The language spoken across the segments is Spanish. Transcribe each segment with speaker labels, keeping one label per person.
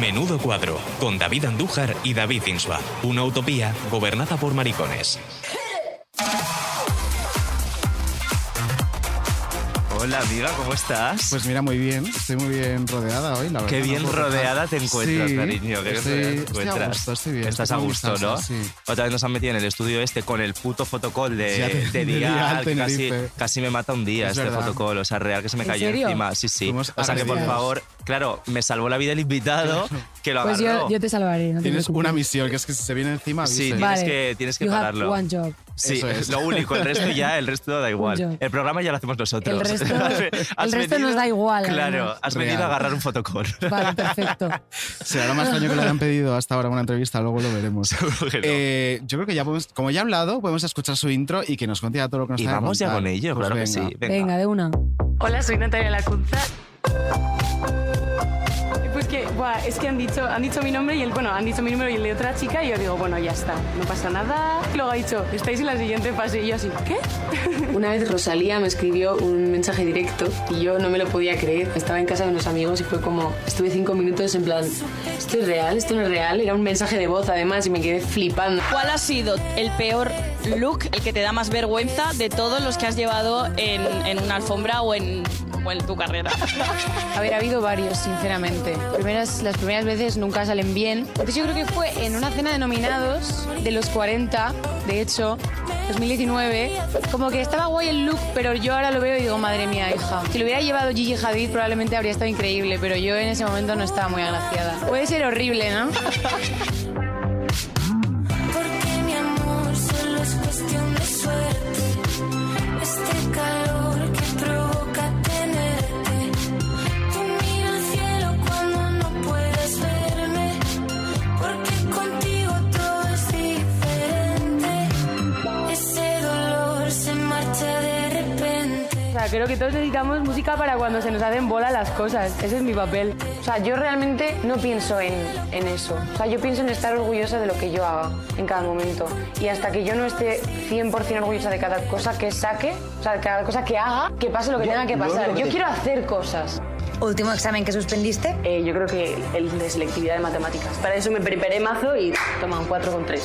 Speaker 1: Menudo cuadro, con David Andújar y David Insua. Una utopía gobernada por maricones.
Speaker 2: Hola amiga, ¿cómo estás?
Speaker 3: Pues mira, muy bien. Estoy muy bien rodeada hoy, la verdad.
Speaker 2: Qué bien
Speaker 3: no puedo
Speaker 2: rodeada te encuentras,
Speaker 3: Sí,
Speaker 2: cariño. Qué bien
Speaker 3: estoy-
Speaker 2: rodeada te
Speaker 3: estoy a
Speaker 2: encuentras.
Speaker 3: gusto, estoy bien,
Speaker 2: Estás
Speaker 3: estoy
Speaker 2: a
Speaker 3: con mi
Speaker 2: gusto,
Speaker 3: salsa,
Speaker 2: ¿no?
Speaker 3: sí.
Speaker 2: Otra vez nos han metido en el estudio este con el puto fotocall de,
Speaker 3: Ya te-
Speaker 2: de
Speaker 3: de
Speaker 2: Dial,
Speaker 3: Dial,
Speaker 2: que casi,
Speaker 3: Tenerife.
Speaker 2: casi me mata un día
Speaker 3: Es
Speaker 2: este
Speaker 3: verdad.
Speaker 2: fotocall. O sea, real que se me
Speaker 4: ¿En
Speaker 2: cayó
Speaker 4: serio?
Speaker 2: encima. Sí, sí.
Speaker 3: Fuimos
Speaker 2: O sea, que por
Speaker 3: arrestados.
Speaker 2: favor, claro, me salvó la vida el invitado que lo
Speaker 4: Pues
Speaker 2: agarró.
Speaker 4: yo, yo te salvaré. No te
Speaker 3: Tienes
Speaker 4: preocupes.
Speaker 3: una misión, que es que si se viene encima,
Speaker 2: Sí,
Speaker 3: avisen.
Speaker 2: tienes
Speaker 4: Vale.
Speaker 2: que, tienes que
Speaker 4: You have
Speaker 2: pararlo.
Speaker 4: one job.
Speaker 2: Sí,
Speaker 3: Eso es.
Speaker 2: lo único, el resto ya, el resto da igual.
Speaker 4: job.
Speaker 2: El programa ya lo hacemos nosotros.
Speaker 4: El resto-
Speaker 2: Has ve-
Speaker 4: el
Speaker 2: has
Speaker 4: resto nos da igual,
Speaker 2: Claro,
Speaker 4: además.
Speaker 2: has venido a
Speaker 3: Real.
Speaker 2: agarrar un fotocall.
Speaker 4: Vale, perfecto.
Speaker 3: Será lo más extraño que le hayan pedido hasta ahora una entrevista, luego lo veremos.
Speaker 2: Seguro que no.
Speaker 3: Eh, yo creo que ya podemos, como ya ha hablado, podemos escuchar su intro y que nos conte ya todo lo que nos
Speaker 2: Y
Speaker 3: trae a
Speaker 2: vamos ya
Speaker 3: contar.
Speaker 2: con ello,
Speaker 3: Pues
Speaker 2: claro que
Speaker 3: venga.
Speaker 2: sí.
Speaker 4: Venga. de una.
Speaker 5: Hola, soy Natalia Lacunza. Pues que, buah, es que han dicho, han dicho mi nombre y el, bueno, han dicho mi número y el de otra chica y yo digo, bueno, ya está, no pasa nada. Y luego ha dicho, estáis en la siguiente fase y yo así, ¿qué?
Speaker 6: Una vez Rosalía me escribió un mensaje directo y yo no me lo podía creer. Estaba en casa de unos amigos y fue como, estuve cinco minutos en plan, ¿esto es real? ¿Esto no es real? Era un mensaje de voz además y me quedé flipando.
Speaker 7: ¿Cuál ha sido el peor look, el que te da más vergüenza de todos los que has llevado en, en una alfombra o en, o en tu carrera?
Speaker 8: A ver, ha habido varios, sinceramente. Primeras, las primeras veces nunca salen bien. Entonces yo creo que fue en una cena de nominados de los 40, de hecho, 2019. Como que estaba guay el look, pero yo ahora lo veo y digo, madre mía, hija. Si lo hubiera llevado Gigi Hadid probablemente habría estado increíble, pero yo en ese momento no estaba muy agraciada. Puede ser horrible, ¿no?
Speaker 9: Porque mi amor solo es cuestión de suerte. Este calor que provoca tenerte. Tú mira al cielo cuando no puedes verme. Porque contigo todo es diferente. Ese dolor se marcha de repente.
Speaker 5: O sea, creo que todos necesitamos música para cuando se nos hacen bola las cosas. Ese es mi papel.
Speaker 8: O sea, yo realmente no pienso en, en eso. O sea, yo pienso en estar orgullosa de lo que yo haga en cada momento. Y hasta que yo no esté 100% orgullosa de cada cosa que saque, o sea, de cada cosa que haga, que pase lo que tenga que pasar. Yo quiero hacer cosas.
Speaker 10: Último examen que suspendiste.
Speaker 6: Eh, yo creo que el de selectividad de matemáticas. Para eso me preparé mazo y toma un 4,3.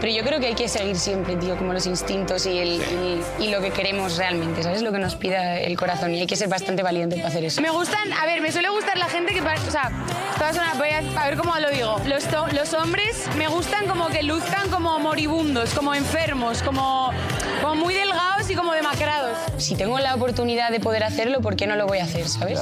Speaker 8: Pero yo creo que hay que seguir siempre, tío, como los instintos y, el, y, y lo que queremos realmente, ¿sabes? Lo que nos pida el corazón y hay que ser bastante valiente para hacer eso.
Speaker 7: Me gustan, a ver, me suele gustar la gente que, pa- o sea, todas son, voy a, a ver cómo lo digo. Los, to- los hombres me gustan como que luzcan como moribundos, como enfermos, como, como muy delgados y como demacrados.
Speaker 8: Si tengo la oportunidad de poder hacerlo, ¿por qué no lo voy a hacer, sabes?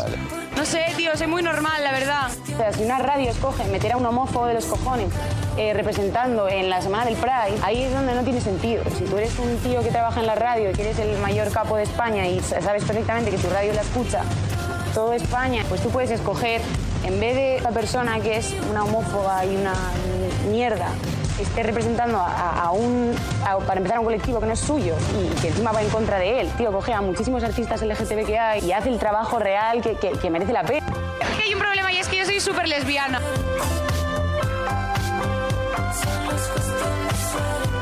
Speaker 7: No sé, tío, soy muy normal, la verdad.
Speaker 5: O sea, si una radio escoge meter a un homófobo de los cojones eh, representando en la semana del Pride, ahí es donde no tiene sentido. Si tú eres un tío que trabaja en la radio y que eres el mayor capo de España y sabes perfectamente que tu radio la escucha todo España, pues tú puedes escoger, en vez de esta persona que es una homófoba y una mierda, esté representando a, a un, a- para empezar, a un colectivo que no es suyo y que encima va en contra de él. Tío, coge a muchísimos artistas LGTB que hay y hace el trabajo real que, que- que merece la pena.
Speaker 7: Es que hay un problema y es que yo soy súper lesbiana.
Speaker 9: Solo es cuestión de suerte.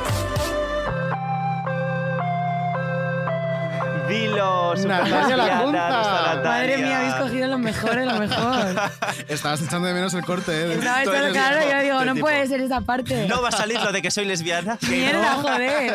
Speaker 2: Dilo,
Speaker 3: Natalia la Junta.
Speaker 4: Madre mía, habéis cogido lo mejor de lo mejor.
Speaker 3: Estabas echando de menos el corte, ¿eh?
Speaker 4: Estaba
Speaker 2: Tú
Speaker 4: echando
Speaker 2: eres
Speaker 4: claro,
Speaker 2: tipo-
Speaker 4: yo digo,
Speaker 2: tú
Speaker 4: no
Speaker 2: tipo,
Speaker 4: puede ser esta parte.
Speaker 2: No va a salir lo de que soy lesbiana.
Speaker 4: Mierda, joder.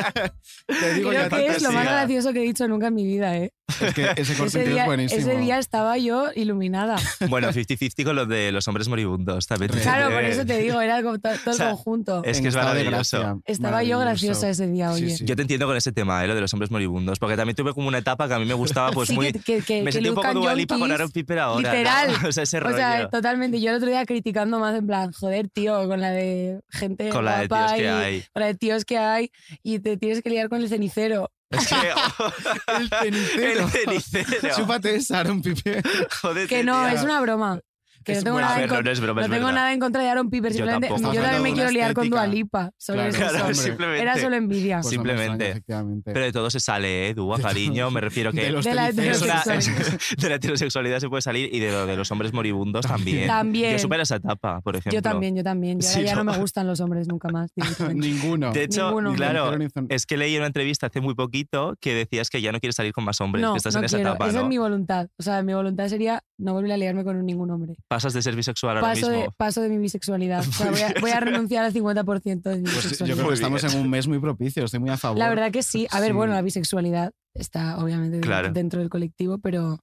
Speaker 3: Te digo yo
Speaker 4: Creo que
Speaker 3: tanto
Speaker 4: es lo más
Speaker 3: así.
Speaker 4: gracioso que he dicho nunca en mi vida, ¿eh?
Speaker 3: Es que ese corte
Speaker 4: Ese
Speaker 3: tío,
Speaker 4: día,
Speaker 3: es buenísimo.
Speaker 4: ese día estaba yo iluminada.
Speaker 2: Bueno, 50-50 con lo de los hombres moribundos. También te
Speaker 4: Claro,
Speaker 2: diré.
Speaker 4: por eso te digo, era como to-
Speaker 2: O
Speaker 4: todo,
Speaker 2: sea,
Speaker 4: el conjunto.
Speaker 2: Es
Speaker 3: En
Speaker 2: que es
Speaker 3: estado de
Speaker 2: maravilloso.
Speaker 3: gracia.
Speaker 4: Estaba yo
Speaker 3: Maravilloso.
Speaker 4: graciosa ese día,
Speaker 3: Sí,
Speaker 4: Ah, oye.
Speaker 3: sí.
Speaker 2: Yo te entiendo con ese tema, ¿eh? lo de los hombres moribundos, porque también tuve como una etapa que a mí me gustaba, pues
Speaker 4: Sí,
Speaker 2: muy.
Speaker 4: que- que- que-
Speaker 2: me
Speaker 4: que
Speaker 2: sentí un poco
Speaker 4: Lucan
Speaker 2: dualipa con
Speaker 4: Yonkis,
Speaker 2: Aaron Piper ahora. ¿no?
Speaker 4: Literal.
Speaker 2: O sea, ese
Speaker 4: O
Speaker 2: rollo.
Speaker 4: sea, totalmente. Yo el otro día criticando más en plan, joder, tío, con la de gente
Speaker 2: Con la de
Speaker 4: guapa
Speaker 2: tíos que
Speaker 4: y-
Speaker 2: hay.
Speaker 4: con la de tíos que hay y te tienes que liar con el cenicero.
Speaker 2: Es que- oh,
Speaker 3: El cenicero.
Speaker 2: El cenicero.
Speaker 3: Chúpate esa, Aaron Pipe.
Speaker 2: Joder,
Speaker 4: Que no,
Speaker 2: tía.
Speaker 4: es una broma. Que
Speaker 2: Es
Speaker 4: no tengo,
Speaker 2: buena-
Speaker 4: nada,
Speaker 2: A
Speaker 4: en
Speaker 2: ver, no,
Speaker 4: con-
Speaker 2: no es broma, es
Speaker 4: no tengo
Speaker 2: verdad.
Speaker 4: nada en contra de Aaron Piper.
Speaker 2: Yo
Speaker 4: Simplemente, yo,
Speaker 2: tampoco.
Speaker 4: también
Speaker 2: Estamos
Speaker 4: me quiero
Speaker 2: hablando de
Speaker 4: liar
Speaker 2: una
Speaker 4: con Dua Lipa. Solo
Speaker 2: Claro,
Speaker 4: eso,
Speaker 2: claro,
Speaker 4: hombre.
Speaker 2: simplemente.
Speaker 4: Era solo envidia.
Speaker 3: Pues no me extraña,
Speaker 2: Simplemente.
Speaker 3: efectivamente.
Speaker 2: Pero de todo se sale, ¿eh, Dúa, cariño. Me refiero que.
Speaker 3: De los
Speaker 4: De la
Speaker 2: es una-
Speaker 4: heterosexualidad.
Speaker 2: de la heterosexualidad se puede salir y de, lo de los hombres moribundos también.
Speaker 4: También.
Speaker 2: Yo supero esa etapa, por ejemplo.
Speaker 4: Yo también, yo también. Yo ahora
Speaker 2: Sí,
Speaker 4: ya
Speaker 2: yo-
Speaker 4: no me gustan los hombres nunca más. directamente.
Speaker 3: Ninguno.
Speaker 2: De hecho,
Speaker 4: Ninguno.
Speaker 2: claro,
Speaker 3: Ni Jonathan-
Speaker 2: es que leí una entrevista hace muy poquito que decías que ya no quieres salir con más hombres,
Speaker 4: no,
Speaker 2: que estás
Speaker 4: no
Speaker 2: en esa
Speaker 4: quiero.
Speaker 2: etapa,
Speaker 4: Esa
Speaker 2: ¿no?
Speaker 4: es mi voluntad. O sea, mi voluntad sería no volver a liarme con ningún hombre.
Speaker 2: Pasas de ser bisexual ahora
Speaker 4: Paso de,
Speaker 2: mismo.
Speaker 4: paso de mi bisexualidad. O sea, voy a, voy a renunciar al 50% de mi
Speaker 3: Pues yo
Speaker 4: bisexualidad.
Speaker 3: creo que
Speaker 2: Muy
Speaker 3: estamos
Speaker 2: bien.
Speaker 3: en un mes muy propicio, estoy muy a favor.
Speaker 4: La verdad que sí. A ver,
Speaker 3: Sí.
Speaker 4: bueno, la bisexualidad está obviamente dentro-
Speaker 2: Claro.
Speaker 4: dentro del colectivo, pero,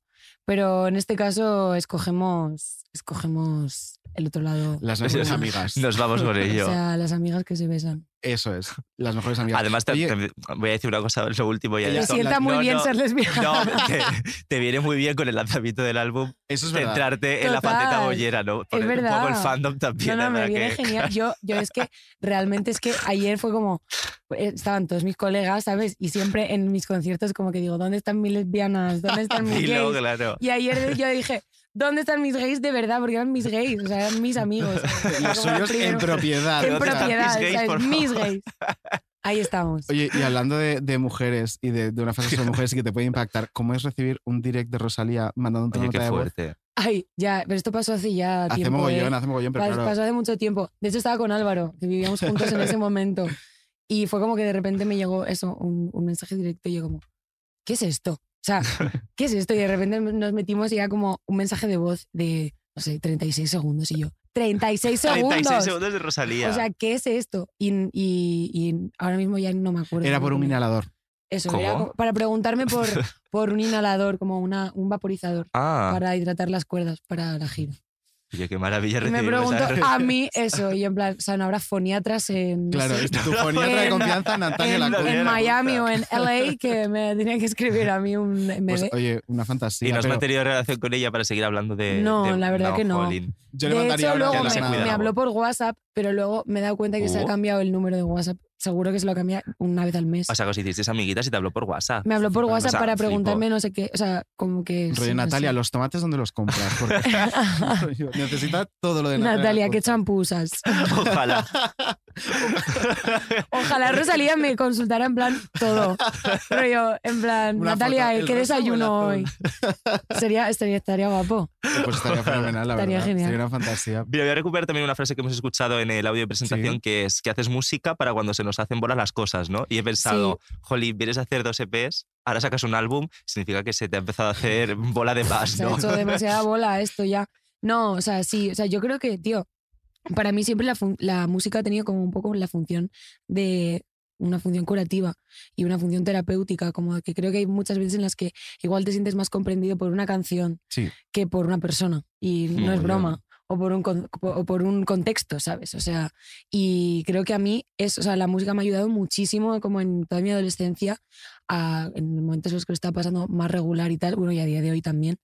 Speaker 4: pero en este caso escogemos, escogemos el otro lado.
Speaker 3: Las mejores amigas.
Speaker 2: Nos vamos con
Speaker 4: O
Speaker 2: ello.
Speaker 4: sea, las amigas que se besan.
Speaker 3: Eso es, las mejores amigas.
Speaker 2: Además, te-
Speaker 3: Oye,
Speaker 2: te- voy a decir una cosa, lo último ya.
Speaker 3: Te
Speaker 2: de
Speaker 4: Me
Speaker 2: esto.
Speaker 4: sienta muy
Speaker 2: No,
Speaker 4: bien
Speaker 2: no,
Speaker 4: ser lesbiana.
Speaker 2: No, te, te viene muy bien con el lanzamiento del álbum
Speaker 3: eso es verdad.
Speaker 2: centrarte en la
Speaker 4: Total.
Speaker 2: faceta bollera, ¿no? Poner
Speaker 4: verdad.
Speaker 2: Un poco el fandom
Speaker 4: No,
Speaker 2: también.
Speaker 4: no, me
Speaker 2: ¿verdad?
Speaker 4: viene
Speaker 2: que-
Speaker 4: genial. Yo, yo es que realmente es que ayer fue como, eh, estaban todos mis colegas, ¿sabes? Y siempre en mis conciertos como que digo, ¿dónde están mis lesbianas? ¿Dónde están mis
Speaker 2: Dilo,
Speaker 4: gays?
Speaker 2: claro.
Speaker 4: Y ayer yo dije, ¿dónde están mis gays de verdad? Porque eran mis gays, o sea, eran mis amigos.
Speaker 3: Los
Speaker 4: Como
Speaker 3: suyos en
Speaker 4: primero-
Speaker 3: propiedad.
Speaker 4: en
Speaker 2: ¿dónde están mis
Speaker 4: propiedad,
Speaker 2: gays,
Speaker 4: ¿sabes?
Speaker 2: por
Speaker 4: mis
Speaker 2: favor?
Speaker 4: gays. Ahí estamos.
Speaker 3: Oye, y hablando de, de mujeres y de, de una frase sobre mujeres y que te puede impactar, ¿cómo es recibir un direct de Rosalía mandándote una
Speaker 2: Oye, qué
Speaker 3: nota de voz?
Speaker 2: fuerte.
Speaker 4: Ay, ya, pero esto pasó hace ya
Speaker 3: Hace
Speaker 4: tiempo. ¿eh?
Speaker 3: mogollón, hace mogollón, pero
Speaker 4: Pas-
Speaker 3: claro.
Speaker 4: Pasó hace mucho tiempo. De hecho, estaba con Álvaro, que vivíamos juntos en ese momento. Y fue como que de repente me llegó eso, un, un mensaje directo y yo como, ¿qué es esto? O sea, ¿qué es esto? Y de repente nos metimos y era como un mensaje de voz de, no sé, 36 segundos y yo, ¡36 segundos!
Speaker 2: 36 segundos de Rosalía.
Speaker 4: O sea, ¿qué es esto? Y, y- y ahora mismo ya no me acuerdo.
Speaker 3: Era por un inhalador.
Speaker 4: Eso,
Speaker 2: ¿Cómo?
Speaker 4: era como- para preguntarme por, por un inhalador, como una, un vaporizador,
Speaker 2: ah,
Speaker 4: para hidratar las cuerdas para la gira.
Speaker 2: oye, qué maravilla
Speaker 4: Y me
Speaker 2: recibir
Speaker 4: preguntó
Speaker 2: mensajes.
Speaker 4: a mí eso, y yo en plan, o sea, no habrá foniatras en, no
Speaker 3: Claro,
Speaker 4: sé,
Speaker 3: es tu foniatra de
Speaker 4: En-
Speaker 3: confianza, Natalia
Speaker 4: en,
Speaker 3: Lacuna.
Speaker 4: en
Speaker 2: la
Speaker 4: Miami
Speaker 2: puta.
Speaker 4: o en LA que me tenía que escribir a mí un
Speaker 3: Pues,
Speaker 4: MD.
Speaker 3: oye, una
Speaker 2: Y
Speaker 3: fantasía.
Speaker 2: no has
Speaker 3: pero
Speaker 2: mantenido relación con ella para seguir hablando de.
Speaker 4: No,
Speaker 2: de-
Speaker 4: la verdad que no.
Speaker 2: jolín.
Speaker 3: yo le
Speaker 4: de
Speaker 3: mandaría
Speaker 4: hecho,
Speaker 3: ahora
Speaker 4: luego
Speaker 3: que
Speaker 2: la
Speaker 4: me,
Speaker 3: no
Speaker 2: semana.
Speaker 3: nada.
Speaker 4: me habló por WhatsApp, pero luego me he dado cuenta que se ha
Speaker 2: Oh.
Speaker 4: cambiado el número de WhatsApp. Seguro que se lo cambia una vez al mes.
Speaker 3: Ah,
Speaker 2: O sea, que os hicisteis amiguitas y te habló por WhatsApp.
Speaker 4: me habló por
Speaker 2: O sea,
Speaker 4: WhatsApp para
Speaker 2: flipo.
Speaker 4: preguntarme no sé qué, o sea, como que...
Speaker 3: Rollo,
Speaker 4: sí, no
Speaker 3: Natalia,
Speaker 4: sé.
Speaker 3: ¿los tomates dónde los compras? Porque rollo, necesita todo lo de Natalia. Pues,
Speaker 4: Natalia, ¿qué
Speaker 3: Lacuna.
Speaker 4: champú usas?
Speaker 2: Ojalá.
Speaker 4: Ojalá Rosalía me consultara en plan todo. Rollo, en plan,
Speaker 3: Una
Speaker 4: Natalia, eh,
Speaker 3: foto, ¿el
Speaker 4: ¿qué
Speaker 3: rosa o el
Speaker 4: desayuno
Speaker 3: azul?
Speaker 4: hoy? Sería, estaría, estaría guapo.
Speaker 3: Pues estaría fenomenal, la
Speaker 4: Estaría
Speaker 3: verdad.
Speaker 4: genial.
Speaker 3: Sería una fantasía.
Speaker 2: Mira, voy a recuperar también una frase que hemos escuchado en el audio de presentación,
Speaker 3: Sí.
Speaker 2: que es que haces música para cuando se nos hacen bolas las cosas, ¿no? Y he pensado, jolín, vienes a hacer dos EPs, ahora sacas un álbum, significa que se te ha empezado a hacer bola de paz,
Speaker 4: Se ha
Speaker 2: ¿no?
Speaker 4: hecho demasiada bola esto ya. No, o sea, sí, o sea, yo creo que, tío, para mí siempre la, fun- la música ha tenido como un poco la función de una función curativa y una función terapéutica, como que creo que hay muchas veces en las que igual te sientes más comprendido por una canción
Speaker 3: Sí.
Speaker 4: que por una persona, y no es
Speaker 3: Mogollón.
Speaker 4: broma, o por, un con- o por un contexto, ¿sabes? O sea, y creo que a mí es, o sea, la música me ha ayudado muchísimo como en toda mi adolescencia, a- en momentos en los que lo estaba pasando más regular y tal, bueno, y a día de hoy también.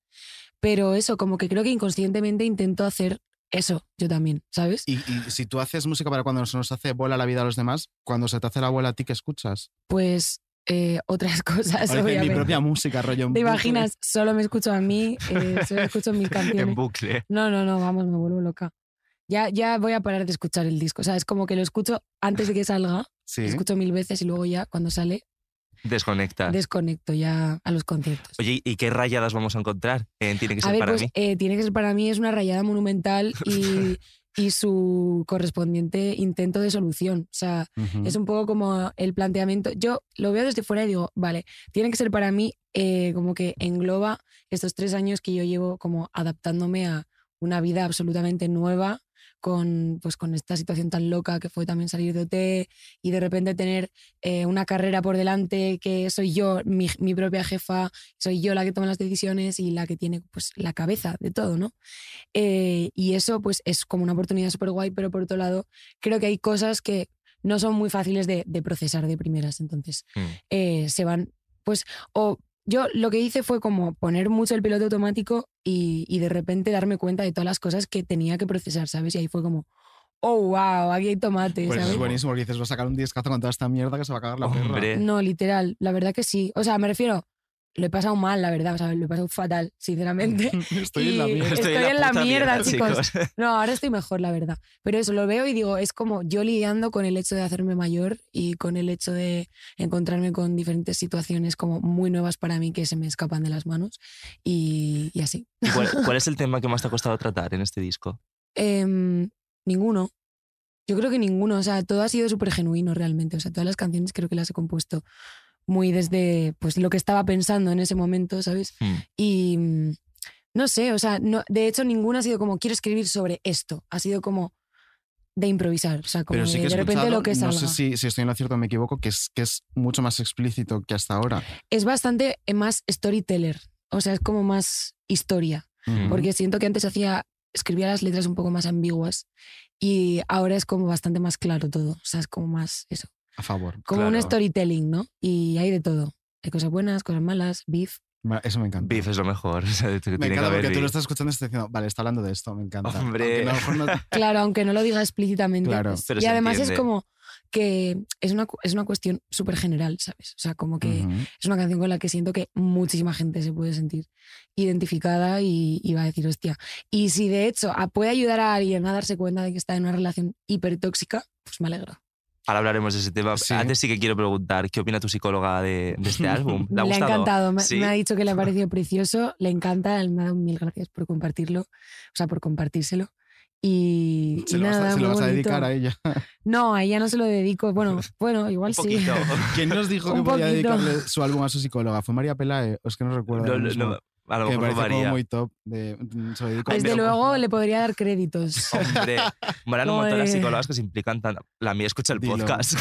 Speaker 4: Pero eso, como que creo que inconscientemente intento hacer eso yo también, ¿sabes?
Speaker 3: Y, y si tú haces música para cuando se nos hace bola la vida a los demás, cuando se te hace la bola a ti, ¿qué escuchas?
Speaker 4: Pues eh, otras cosas,
Speaker 3: Parece mi
Speaker 4: obviamente.
Speaker 3: propia música, rollo.
Speaker 4: ¿Te imaginas? Solo me escucho a mí, eh, solo escucho mis
Speaker 2: En
Speaker 4: canciones.
Speaker 2: bucle.
Speaker 4: No, no, no, vamos, me vuelvo loca. Ya, ya voy a parar de escuchar el disco. O sea, es como que lo escucho antes de que salga,
Speaker 3: Sí.
Speaker 4: lo escucho mil veces y luego ya cuando sale
Speaker 2: Desconecta.
Speaker 4: desconecto ya a los conciertos.
Speaker 2: Oye, ¿y qué rayadas vamos a encontrar? Eh, tiene que
Speaker 4: A
Speaker 2: ser
Speaker 4: ver,
Speaker 2: para
Speaker 4: pues
Speaker 2: mí.
Speaker 4: eh, tiene que ser para mí es una rayada monumental y, y su correspondiente intento de solución. O sea,
Speaker 3: Ujú.
Speaker 4: es un poco como el planteamiento. Yo lo veo desde fuera y digo, vale, tiene que ser para mí eh, como que engloba estos tres años que yo llevo como adaptándome a una vida absolutamente nueva con, pues, con esta situación tan loca que fue también salir de OT y de repente tener eh, una carrera por delante que soy yo, mi, mi propia jefa, soy yo la que toma las decisiones y la que tiene pues, la cabeza de todo, ¿no? Eh, y eso pues es como una oportunidad súper guay, pero por otro lado creo que hay cosas que no son muy fáciles de, de procesar de primeras, entonces
Speaker 2: Mm.
Speaker 4: eh, se van, pues, o yo lo que hice fue como poner mucho el piloto automático y, y de repente darme cuenta de todas las cosas que tenía que procesar, ¿sabes? Y ahí fue como, oh, wow, aquí hay tomate,
Speaker 3: Pues eso es
Speaker 4: ¿sabes?
Speaker 3: buenísimo, porque
Speaker 4: Mm,
Speaker 3: dices, voy a sacar un discazo con toda esta mierda que se va a acabar la perra.
Speaker 2: Hombre.
Speaker 4: No, literal, la verdad que sí. O sea, me refiero, lo he pasado mal, la verdad, o sea, lo he pasado fatal, sinceramente.
Speaker 3: Estoy en la
Speaker 4: Y
Speaker 3: mierda.
Speaker 4: Estoy, en la, mierda, chicos. No, ahora estoy mejor, la verdad. Pero eso, lo veo y digo, es como yo lidiando con el hecho de hacerme mayor y con el hecho de encontrarme con diferentes situaciones como muy nuevas para mí que se me escapan de las manos y, y así.
Speaker 2: ¿Y cuál, cuál es el tema que más te ha costado tratar en este disco?
Speaker 4: Em, ninguno. Yo creo que ninguno. O sea, todo ha sido súper genuino realmente. O sea, todas las canciones creo que las he compuesto muy desde pues lo que estaba pensando en ese momento, ¿sabes?
Speaker 3: Hmm.
Speaker 9: Mm.
Speaker 4: Y mm, no sé, o sea, no, de hecho ninguna ha sido como quiero escribir sobre esto. Ha sido como de improvisar. O sea, como
Speaker 3: Pero sí
Speaker 4: de,
Speaker 3: que he
Speaker 4: de repente
Speaker 3: escuchado,
Speaker 4: lo que
Speaker 3: no
Speaker 4: salga.
Speaker 3: sé si, si estoy en lo cierto o me equivoco, que es, que es mucho más explícito que hasta ahora.
Speaker 4: Es bastante eh, más storyteller. O sea, es como más historia.
Speaker 2: Mm.
Speaker 3: Ujú.
Speaker 4: Porque siento que antes hacía, escribía las letras un poco más ambiguas y ahora es como bastante más claro todo. O sea, es como más eso.
Speaker 3: A favor.
Speaker 4: Como
Speaker 3: claro.
Speaker 4: un storytelling, ¿no? Y hay de todo. Hay cosas buenas, cosas malas, beef.
Speaker 3: Ma- Eso me encanta.
Speaker 2: Beef es lo mejor. o sea, tiene
Speaker 3: Me
Speaker 2: que
Speaker 3: encanta
Speaker 2: haber
Speaker 3: porque tú lo
Speaker 2: beef.
Speaker 3: estás escuchando y estás diciendo, vale, está hablando de esto, me encanta.
Speaker 2: Hombre.
Speaker 3: Aunque a lo mejor no-
Speaker 4: Claro, aunque no lo diga explícitamente.
Speaker 3: Claro,
Speaker 4: pues-
Speaker 3: pero
Speaker 4: y
Speaker 3: se
Speaker 4: además es
Speaker 3: entiende.
Speaker 4: como que es una, cu- es una cuestión súper general, ¿sabes? O sea, como que
Speaker 3: Ujú.
Speaker 4: es una canción con la que siento que muchísima gente se puede sentir identificada y, y va a decir, hostia. Y si de hecho a- puede ayudar a alguien a darse cuenta de que está en una relación hipertóxica, pues me alegro.
Speaker 2: Ahora hablaremos de ese tema. Antes sí que quiero preguntar, ¿qué opina tu psicóloga de, de este álbum? ¿Le ha
Speaker 4: me
Speaker 2: gustado?
Speaker 4: encantado, me,
Speaker 2: Sí.
Speaker 4: me ha dicho que le ha parecido precioso, le encanta, él me ha dado mil gracias por compartirlo, o sea, por compartírselo. Y,
Speaker 3: se
Speaker 4: y
Speaker 3: lo vas,
Speaker 4: nada,
Speaker 3: a, se lo
Speaker 4: muy
Speaker 3: vas a
Speaker 4: bonito.
Speaker 3: dedicar a ella.
Speaker 4: No, a ella no se lo dedico. Bueno, bueno, igual sí.
Speaker 3: ¿Quién nos dijo que
Speaker 4: Un
Speaker 3: podía
Speaker 4: poquito.
Speaker 3: dedicarle su álbum a su psicóloga? ¿Fue María Pelae? Es que no recuerdo.
Speaker 2: No,
Speaker 3: ahora
Speaker 2: no,
Speaker 3: mismo.
Speaker 2: no, a lo
Speaker 3: Que
Speaker 2: mejor
Speaker 3: me parece
Speaker 2: fue
Speaker 3: como
Speaker 2: María.
Speaker 3: muy top. de, mm, se lo dedico a-
Speaker 4: Desde luego le podría dar créditos.
Speaker 2: Hombre, molan un
Speaker 4: Como
Speaker 2: montón las
Speaker 4: de-
Speaker 2: psicólogas que se implican tanto. La mía escucha el podcast.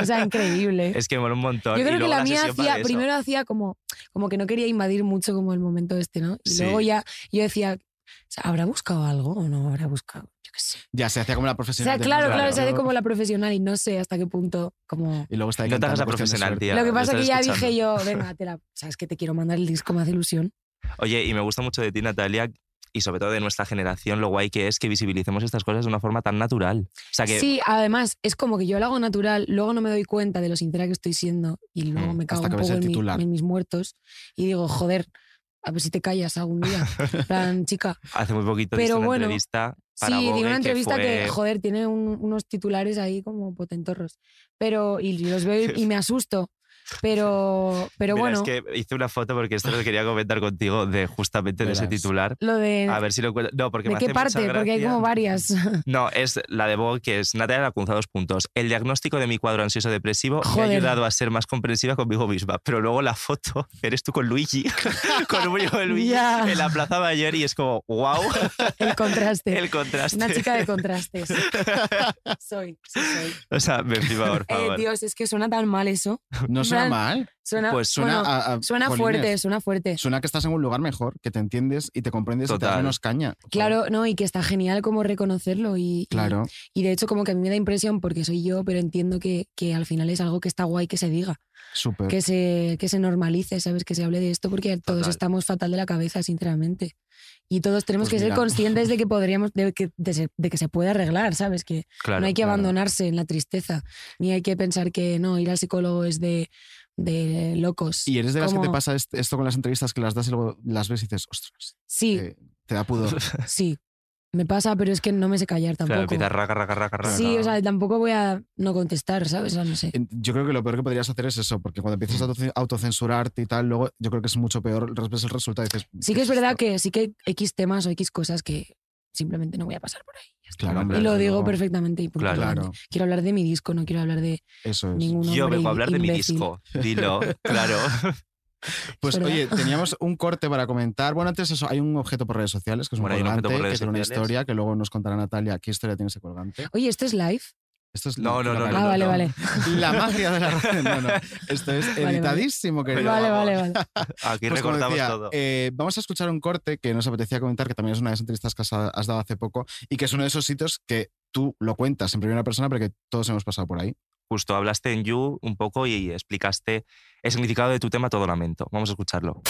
Speaker 4: O sea, increíble.
Speaker 2: es que mola un montón.
Speaker 4: Yo
Speaker 2: y
Speaker 4: creo que
Speaker 2: luego
Speaker 4: la mía
Speaker 2: sesión para
Speaker 4: hacía,
Speaker 2: eso.
Speaker 4: primero hacía como, como que no quería invadir mucho como el momento este, ¿no? Y
Speaker 3: Sí.
Speaker 4: luego ya yo decía, o sea, ¿habrá buscado algo o no habrá buscado?
Speaker 3: Ya, se hacía como la
Speaker 4: O sea,
Speaker 3: profesional. del
Speaker 4: claro,
Speaker 3: mundo,
Speaker 4: claro, se hace como la profesional y no sé hasta qué punto como...
Speaker 3: Y luego está ahí
Speaker 2: No te hagas
Speaker 3: cantando
Speaker 2: la
Speaker 3: cuestión de
Speaker 2: profesional,
Speaker 3: suerte.
Speaker 2: tía.
Speaker 4: lo que
Speaker 2: lo
Speaker 4: pasa que
Speaker 2: estás
Speaker 4: ya
Speaker 2: escuchando.
Speaker 4: dije yo, venga, te la, sabes que te quiero mandar el disco, me hace ilusión.
Speaker 2: Oye, y me gusta mucho de ti, Natalia, y sobre todo de nuestra generación, lo guay que es que visibilicemos estas cosas de una forma tan natural. O sea que.
Speaker 4: Sí, además, es como que yo lo hago natural, luego no me doy cuenta de lo sincera que estoy siendo y luego
Speaker 2: Mm,
Speaker 4: me cago
Speaker 2: hasta
Speaker 4: un
Speaker 2: que ves
Speaker 4: poco
Speaker 2: el
Speaker 4: en, mi-
Speaker 2: titular.
Speaker 4: en mis muertos y digo, joder, a ver si te callas algún día. En plan, chica.
Speaker 2: Hace muy poquito diste
Speaker 4: Pero
Speaker 2: una
Speaker 4: bueno,
Speaker 2: entrevista para
Speaker 4: Sí,
Speaker 2: Vogue,
Speaker 4: di una entrevista
Speaker 2: que,
Speaker 4: que,
Speaker 2: fue-
Speaker 4: joder, tiene un- unos titulares ahí como potentorros. Pero, y los veo y, y me asusto. Pero, pero
Speaker 2: Mira,
Speaker 4: bueno,
Speaker 2: Es que hice una foto porque esto lo quería comentar contigo de justamente de ese
Speaker 4: Verás.
Speaker 2: titular.
Speaker 4: lo de.
Speaker 2: A ver si lo encuentro. No, porque
Speaker 4: ¿De
Speaker 2: me
Speaker 4: qué
Speaker 2: hace mucha
Speaker 4: parte? Porque hay
Speaker 2: gracia.
Speaker 4: como varias.
Speaker 2: No, es la de Vogue, que es Natalia Lacunza, dos puntos. El diagnóstico de mi cuadro ansioso-depresivo me ha
Speaker 4: Joder.
Speaker 2: ayudado a ser más comprensiva conmigo misma. Pero luego la foto, eres tú con Luigi, con un muñeco de Luigi,
Speaker 4: Ya.
Speaker 2: en la plaza mayor y es como, wow,
Speaker 4: El contraste.
Speaker 2: el contraste.
Speaker 4: Una chica de contrastes. soy, sí, soy.
Speaker 2: O sea, me flipa, por
Speaker 3: Ah,
Speaker 4: Eh,
Speaker 2: favor.
Speaker 4: Dios, es que suena tan mal eso.
Speaker 3: No suena
Speaker 4: Plan,
Speaker 3: mal.
Speaker 4: Suena,
Speaker 3: Pues suena
Speaker 4: bueno,
Speaker 3: a- a-
Speaker 4: suena
Speaker 3: jolines.
Speaker 4: fuerte, suena fuerte.
Speaker 3: Suena que estás en un lugar mejor, que te entiendes y te comprendes y te das
Speaker 2: Total.
Speaker 3: menos caña.
Speaker 4: Claro, no, y que está genial como reconocerlo y, y-
Speaker 3: Claro.
Speaker 4: y, de hecho como que a mí me da impresión porque soy yo, pero entiendo que, que al final es algo que está guay que se diga,
Speaker 3: Súper.
Speaker 4: que se, que se normalice, ¿sabes? Que se hable de esto porque todos
Speaker 3: Total.
Speaker 4: estamos fatal de la cabeza, sinceramente. Y todos tenemos
Speaker 3: Pues
Speaker 4: que
Speaker 3: mira.
Speaker 4: ser conscientes de que podríamos, de que, de se- de que se puede arreglar, ¿sabes? Que
Speaker 2: Claro,
Speaker 4: no hay que
Speaker 2: claro.
Speaker 4: abandonarse en la tristeza, ni hay que pensar que no, ir al psicólogo es de, de locos.
Speaker 3: Y eres de las que te
Speaker 4: Como-
Speaker 3: pasa est- esto con las entrevistas que las das y luego las ves y dices, ostras,
Speaker 4: Sí,
Speaker 3: eh, te da pudor.
Speaker 4: sí. Me pasa, pero es que no me sé callar
Speaker 2: Claro,
Speaker 4: tampoco.
Speaker 2: empieza raca, raca, raca, raca.
Speaker 4: Sí, o sea, tampoco voy a no contestar, ¿sabes? O sea, no sé.
Speaker 3: En- Yo creo que lo peor que podrías hacer es eso, porque cuando empiezas a autoce- autocensurarte y tal, luego yo creo que es mucho peor, ves el resultado y dices,
Speaker 4: Sí que es verdad que sí que hay X temas o X cosas que simplemente no voy a pasar por ahí.
Speaker 3: claro,
Speaker 4: Y
Speaker 3: hombre,
Speaker 4: lo
Speaker 3: desde
Speaker 4: digo
Speaker 3: luego".
Speaker 4: perfectamente y punto.
Speaker 3: Claro. Claro. Pues
Speaker 4: Quiero hablar de mi disco, no quiero hablar de
Speaker 3: Eso es.
Speaker 4: ningún
Speaker 2: Yo
Speaker 4: hombre
Speaker 2: vengo a hablar de mi
Speaker 4: imbécil.
Speaker 2: disco. Dilo, claro.
Speaker 3: Pues
Speaker 4: ¿verdad?
Speaker 3: oye, teníamos un corte para comentar. Bueno, antes eso, hay un objeto por redes sociales que es un
Speaker 2: Bueno, hay un objeto
Speaker 3: colgante,
Speaker 2: por
Speaker 3: que
Speaker 2: redes
Speaker 3: tiene una
Speaker 2: sociales.
Speaker 3: historia que luego nos contará Natalia qué historia tiene ese colgante.
Speaker 4: Oye, ¿esto es live?
Speaker 3: Esto es
Speaker 2: No, no, no,
Speaker 4: Ah, vale, vale.
Speaker 3: La magia de la radio. No, no. Esto es
Speaker 4: Vale, vale.
Speaker 3: editadísimo, querido.
Speaker 4: Vale, vale, vale.
Speaker 2: Aquí
Speaker 3: Pues como
Speaker 2: recortamos
Speaker 3: decía,
Speaker 2: todo.
Speaker 3: eh, vamos a escuchar un corte que nos apetecía comentar, que también es una de las entrevistas que has, has dado hace poco y que es uno de esos sitios que tú lo cuentas en primera persona porque todos hemos pasado por ahí.
Speaker 2: Justo hablaste en You un poco y explicaste el significado de tu tema Todo Lamento. Vamos a escucharlo.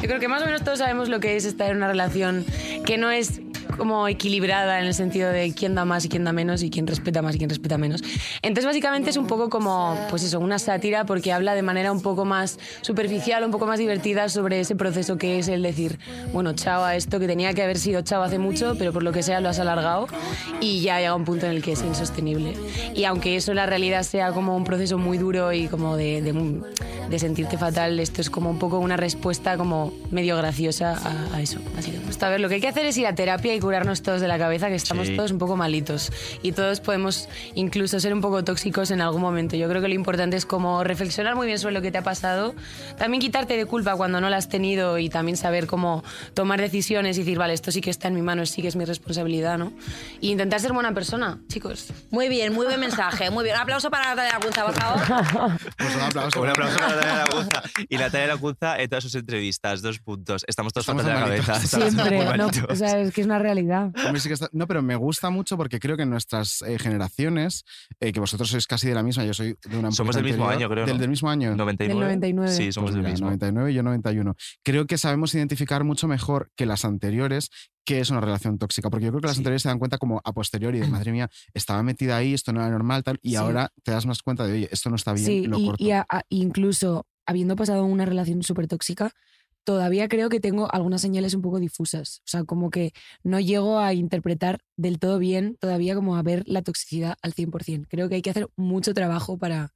Speaker 5: Yo creo que más o menos todos sabemos lo que es estar en una relación que no es como equilibrada en el sentido de quién da más y quién da menos y quién respeta más y quién respeta menos. Entonces básicamente es un poco como, pues eso, una sátira porque habla de manera un poco más superficial, un poco más divertida sobre ese proceso que es el decir, bueno, chao a esto que tenía que haber sido chao hace mucho, pero por lo que sea lo has alargado y ya llega un punto en el que es insostenible. Y aunque eso en la realidad sea como un proceso muy duro y como de, de mu- de sentirte fatal, esto es como un poco una respuesta como medio graciosa a, a eso. Así que, pues, a ver, lo que hay que hacer es ir a terapia y curarnos todos de la cabeza, que estamos
Speaker 11: Sí.
Speaker 5: todos un poco malitos y todos podemos incluso ser un poco tóxicos en algún momento. Yo creo que lo importante es como reflexionar muy bien sobre lo que te ha pasado, también quitarte de culpa cuando no la has tenido y también saber cómo tomar decisiones y decir, vale, esto sí que está en mi mano, sí que es mi responsabilidad, ¿no? Y intentar ser buena persona, chicos.
Speaker 12: Muy bien, muy buen mensaje. Muy bien. Un aplauso para Natalia Lagunza, por favor.
Speaker 3: Pues un aplauso.
Speaker 13: Un aplauso para Natalia Lacunza. Y Natalia Lacunza en todas sus entrevistas, dos puntos. Estamos todos
Speaker 3: Estamos
Speaker 13: fatal de la
Speaker 3: malitos.
Speaker 13: cabeza. estamos muy
Speaker 4: Siempre, no,
Speaker 13: malitos.
Speaker 4: o sea, es que es una realidad.
Speaker 3: Hombre, sí que está- No, pero me gusta mucho porque creo que en nuestras eh, generaciones, eh, que vosotros sois casi de la misma, yo soy de una un
Speaker 13: Somos
Speaker 3: poquito
Speaker 13: del mismo
Speaker 3: anterior,
Speaker 13: año, creo,
Speaker 3: Del,
Speaker 13: ¿no?
Speaker 3: del mismo año.
Speaker 13: 99.
Speaker 4: Del 99.
Speaker 13: Sí, somos
Speaker 3: Pues
Speaker 13: del
Speaker 3: mira,
Speaker 13: mismo.
Speaker 3: 99 y yo 91. Creo que sabemos identificar mucho mejor que las anteriores qué es una relación tóxica, porque yo creo que las anteriores se dan cuenta como a posteriori de, madre mía, estaba metida ahí, esto no era normal, tal, y
Speaker 4: Sí.
Speaker 3: ahora te das más cuenta de, oye, esto no está bien,
Speaker 4: Sí,
Speaker 3: lo
Speaker 4: y,
Speaker 3: corto.
Speaker 4: y a- a- incluso habiendo pasado una relación súper tóxica, todavía creo que tengo algunas señales un poco difusas. O sea, como que no llego a interpretar del todo bien todavía como a ver la toxicidad al 100%. Creo que hay que hacer mucho trabajo para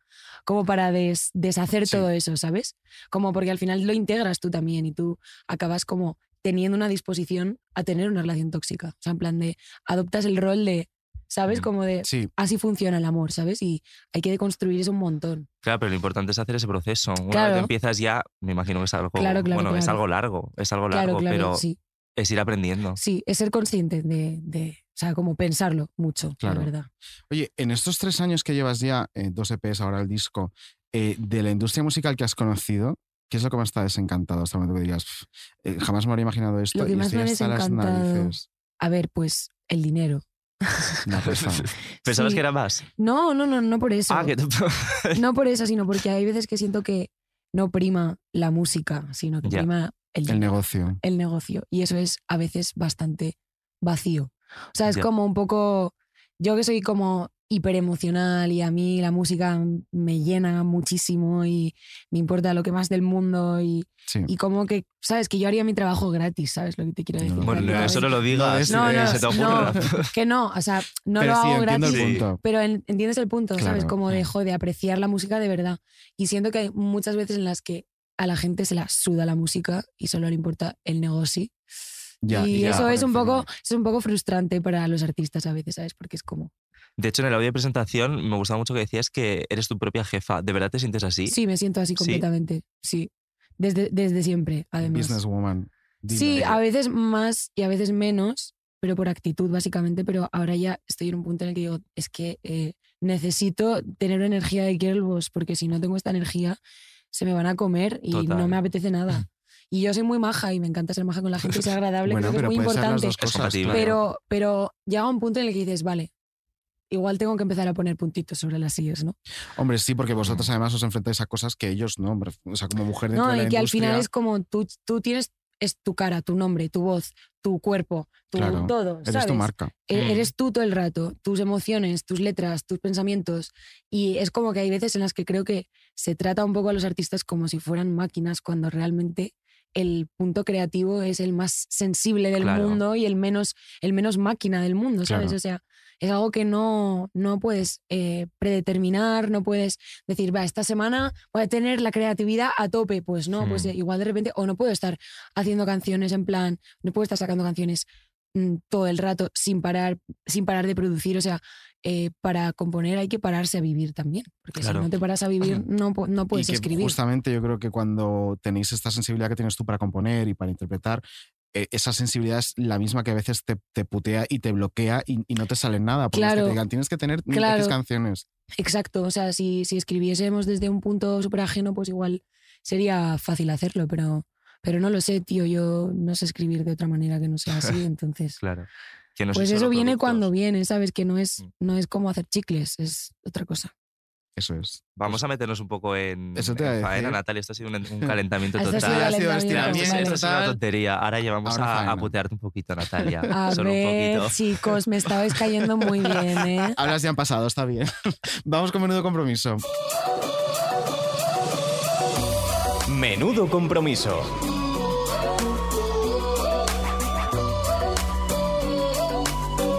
Speaker 4: como para des- deshacer todo eso, ¿sabes? Como porque al final lo integras tú también y tú acabas como teniendo una disposición a tener una relación tóxica. O sea, en plan de adoptas el rol de, ¿sabes? Como de
Speaker 3: Sí.
Speaker 4: así funciona el amor, ¿sabes? Y hay que deconstruir eso un montón.
Speaker 13: Claro, pero lo importante es hacer ese proceso. Una vez
Speaker 4: Claro.
Speaker 13: que empiezas ya, me imagino que es algo,
Speaker 4: Claro, claro,
Speaker 13: bueno, es
Speaker 4: claro.
Speaker 13: algo largo, es algo
Speaker 4: Claro,
Speaker 13: largo,
Speaker 4: claro,
Speaker 13: pero
Speaker 4: sí.
Speaker 13: es ir aprendiendo.
Speaker 4: Sí, es ser consciente de, de- o sea, como pensarlo mucho,
Speaker 3: Claro.
Speaker 4: la verdad.
Speaker 3: Oye, en estos tres años que llevas ya, eh, dos EPs, ahora el disco, eh, de la industria musical que has conocido, ¿qué es lo que más te ha desencantado hasta el momento que digas, "Pf, eh, jamás me habría imaginado esto
Speaker 4: Lo que
Speaker 3: y
Speaker 4: más
Speaker 3: estoy
Speaker 4: me ha
Speaker 3: hasta las
Speaker 4: desencantado,
Speaker 3: narices?
Speaker 4: a ver, pues el dinero.
Speaker 3: No, pues no.
Speaker 13: Pensabas
Speaker 4: Sí.
Speaker 13: que era más.
Speaker 4: No, no, no, no por eso.
Speaker 13: Ah, que
Speaker 4: No por eso, sino porque hay veces que siento que no prima la música, sino que
Speaker 3: Ya.
Speaker 4: prima el,
Speaker 3: El negocio.
Speaker 4: el negocio. Y eso es a veces bastante vacío. O sea, es
Speaker 3: Ya.
Speaker 4: como un poco. Yo que soy como hiperemocional y a mí la música me llena muchísimo y me importa lo que más del mundo y,
Speaker 3: Sí.
Speaker 4: y como que, ¿sabes? Que yo haría mi trabajo gratis, ¿sabes lo que te quiero decir?
Speaker 13: Bueno,
Speaker 4: Gratis,
Speaker 13: eso
Speaker 4: gratis.
Speaker 13: no lo digas,
Speaker 4: No,
Speaker 13: eh,
Speaker 4: no,
Speaker 13: se te
Speaker 4: no,
Speaker 13: ocurra.
Speaker 4: que no, o sea, no
Speaker 13: Pero
Speaker 4: lo
Speaker 13: sí,
Speaker 4: hago
Speaker 13: entiendo el
Speaker 4: gratis,
Speaker 13: punto.
Speaker 4: pero en- entiendes el punto, ¿sabes?
Speaker 13: Claro.
Speaker 4: Como de, jo, de apreciar la música de verdad. Y siento que hay muchas veces en las que a la gente se la suda la música y solo le importa el negocio.
Speaker 13: Ya,
Speaker 4: y
Speaker 13: ya,
Speaker 4: eso
Speaker 13: por
Speaker 4: es un, poco, es un poco frustrante para los artistas a veces, ¿sabes? Porque es como...
Speaker 13: De hecho, en el audio de presentación me gustaba mucho que decías que eres tu propia jefa. ¿De verdad te sientes así?
Speaker 4: Sí, me siento así
Speaker 13: Sí.
Speaker 4: completamente, sí. Desde, desde siempre, además.
Speaker 3: Businesswoman. dilo.
Speaker 4: Sí, a veces más y a veces menos, pero por actitud básicamente, pero ahora ya estoy en un punto en el que digo, es que eh, necesito tener energía de Girlboss, porque si no tengo esta energía, se me van a comer y
Speaker 13: Total.
Speaker 4: no me apetece nada. Y yo soy muy maja y me encanta ser maja con la gente y ser agradable,
Speaker 3: Bueno,
Speaker 4: creo que
Speaker 3: pero
Speaker 4: es muy
Speaker 3: puede ser las
Speaker 4: importante.
Speaker 3: dos cosas, Es compatible.
Speaker 4: pero, pero llega un punto en el que dices, vale, igual tengo que empezar a poner puntitos sobre las sillas, ¿no?
Speaker 3: Hombre, sí, porque vosotras además os enfrentáis a cosas que ellos no, hombre. O sea, como mujer dentro
Speaker 4: Mm. No,
Speaker 3: de la
Speaker 4: y que al final
Speaker 3: industria-
Speaker 4: es como tú, tú tienes es tu cara, tu nombre, tu voz, tu cuerpo, tu
Speaker 3: Claro,
Speaker 4: todo,
Speaker 3: eres tu
Speaker 4: ¿sabes?
Speaker 3: marca.
Speaker 4: E-
Speaker 3: Mm.
Speaker 4: Eres tú todo el rato, tus emociones, tus letras, tus pensamientos. Y es como que hay veces en las que creo que se trata un poco a los artistas como si fueran máquinas, cuando realmente el punto creativo es el más sensible del
Speaker 11: Claro.
Speaker 4: mundo y el menos, el menos máquina del mundo, ¿sabes?
Speaker 11: Claro.
Speaker 4: O sea, es algo que no, no puedes eh, predeterminar, no puedes decir, va, esta semana voy a tener la creatividad a tope. Pues no, pues
Speaker 11: Hmm.
Speaker 4: eh, igual de repente, o no puedo estar haciendo canciones en plan, no puedo estar sacando canciones mm, todo el rato sin parar, sin parar de producir. O sea, eh, para componer hay que pararse a vivir también, porque
Speaker 3: Claro.
Speaker 4: si no te paras a vivir no, pu- no puedes
Speaker 3: y que
Speaker 4: escribir.
Speaker 3: Justamente yo creo que cuando tenéis esta sensibilidad que tienes tú para componer y para interpretar, eh, esa sensibilidad es la misma que a veces te, te putea y te bloquea y, y no te sale nada. Porque
Speaker 4: Claro.
Speaker 3: te digan, tienes que tener mil
Speaker 4: Claro.
Speaker 3: X canciones.
Speaker 4: Exacto, o sea, si, si escribiésemos desde un punto súper ajeno, pues igual sería fácil hacerlo, pero, pero no lo sé, tío, yo no sé escribir de otra manera que no sea así, entonces...
Speaker 13: Claro. Que no
Speaker 4: pues
Speaker 13: soy
Speaker 4: eso
Speaker 13: solo
Speaker 4: viene
Speaker 13: producto.
Speaker 4: cuando viene, ¿sabes? Que no es, no es como hacer chicles, es otra cosa.
Speaker 3: Eso es.
Speaker 2: Vamos a meternos un poco en,
Speaker 3: Eso te iba
Speaker 2: en
Speaker 3: a
Speaker 2: faena,
Speaker 3: decir.
Speaker 2: Natalia. Esto ha sido un, un calentamiento
Speaker 4: Esto ha
Speaker 2: total.
Speaker 4: sido Esto ha sido calentamiento,
Speaker 2: Esto ha sido una
Speaker 3: vale.
Speaker 2: tontería. Ahora ya vamos
Speaker 3: Ahora
Speaker 2: a- a,
Speaker 3: faena.
Speaker 2: putearte un poquito, Natalia.
Speaker 4: A
Speaker 2: Solo un
Speaker 4: ver,
Speaker 2: poquito.
Speaker 4: chicos, me estabais cayendo muy bien, ¿eh?
Speaker 3: Hablas ya han pasado, está bien. Vamos con menudo compromiso.
Speaker 1: Menudo compromiso.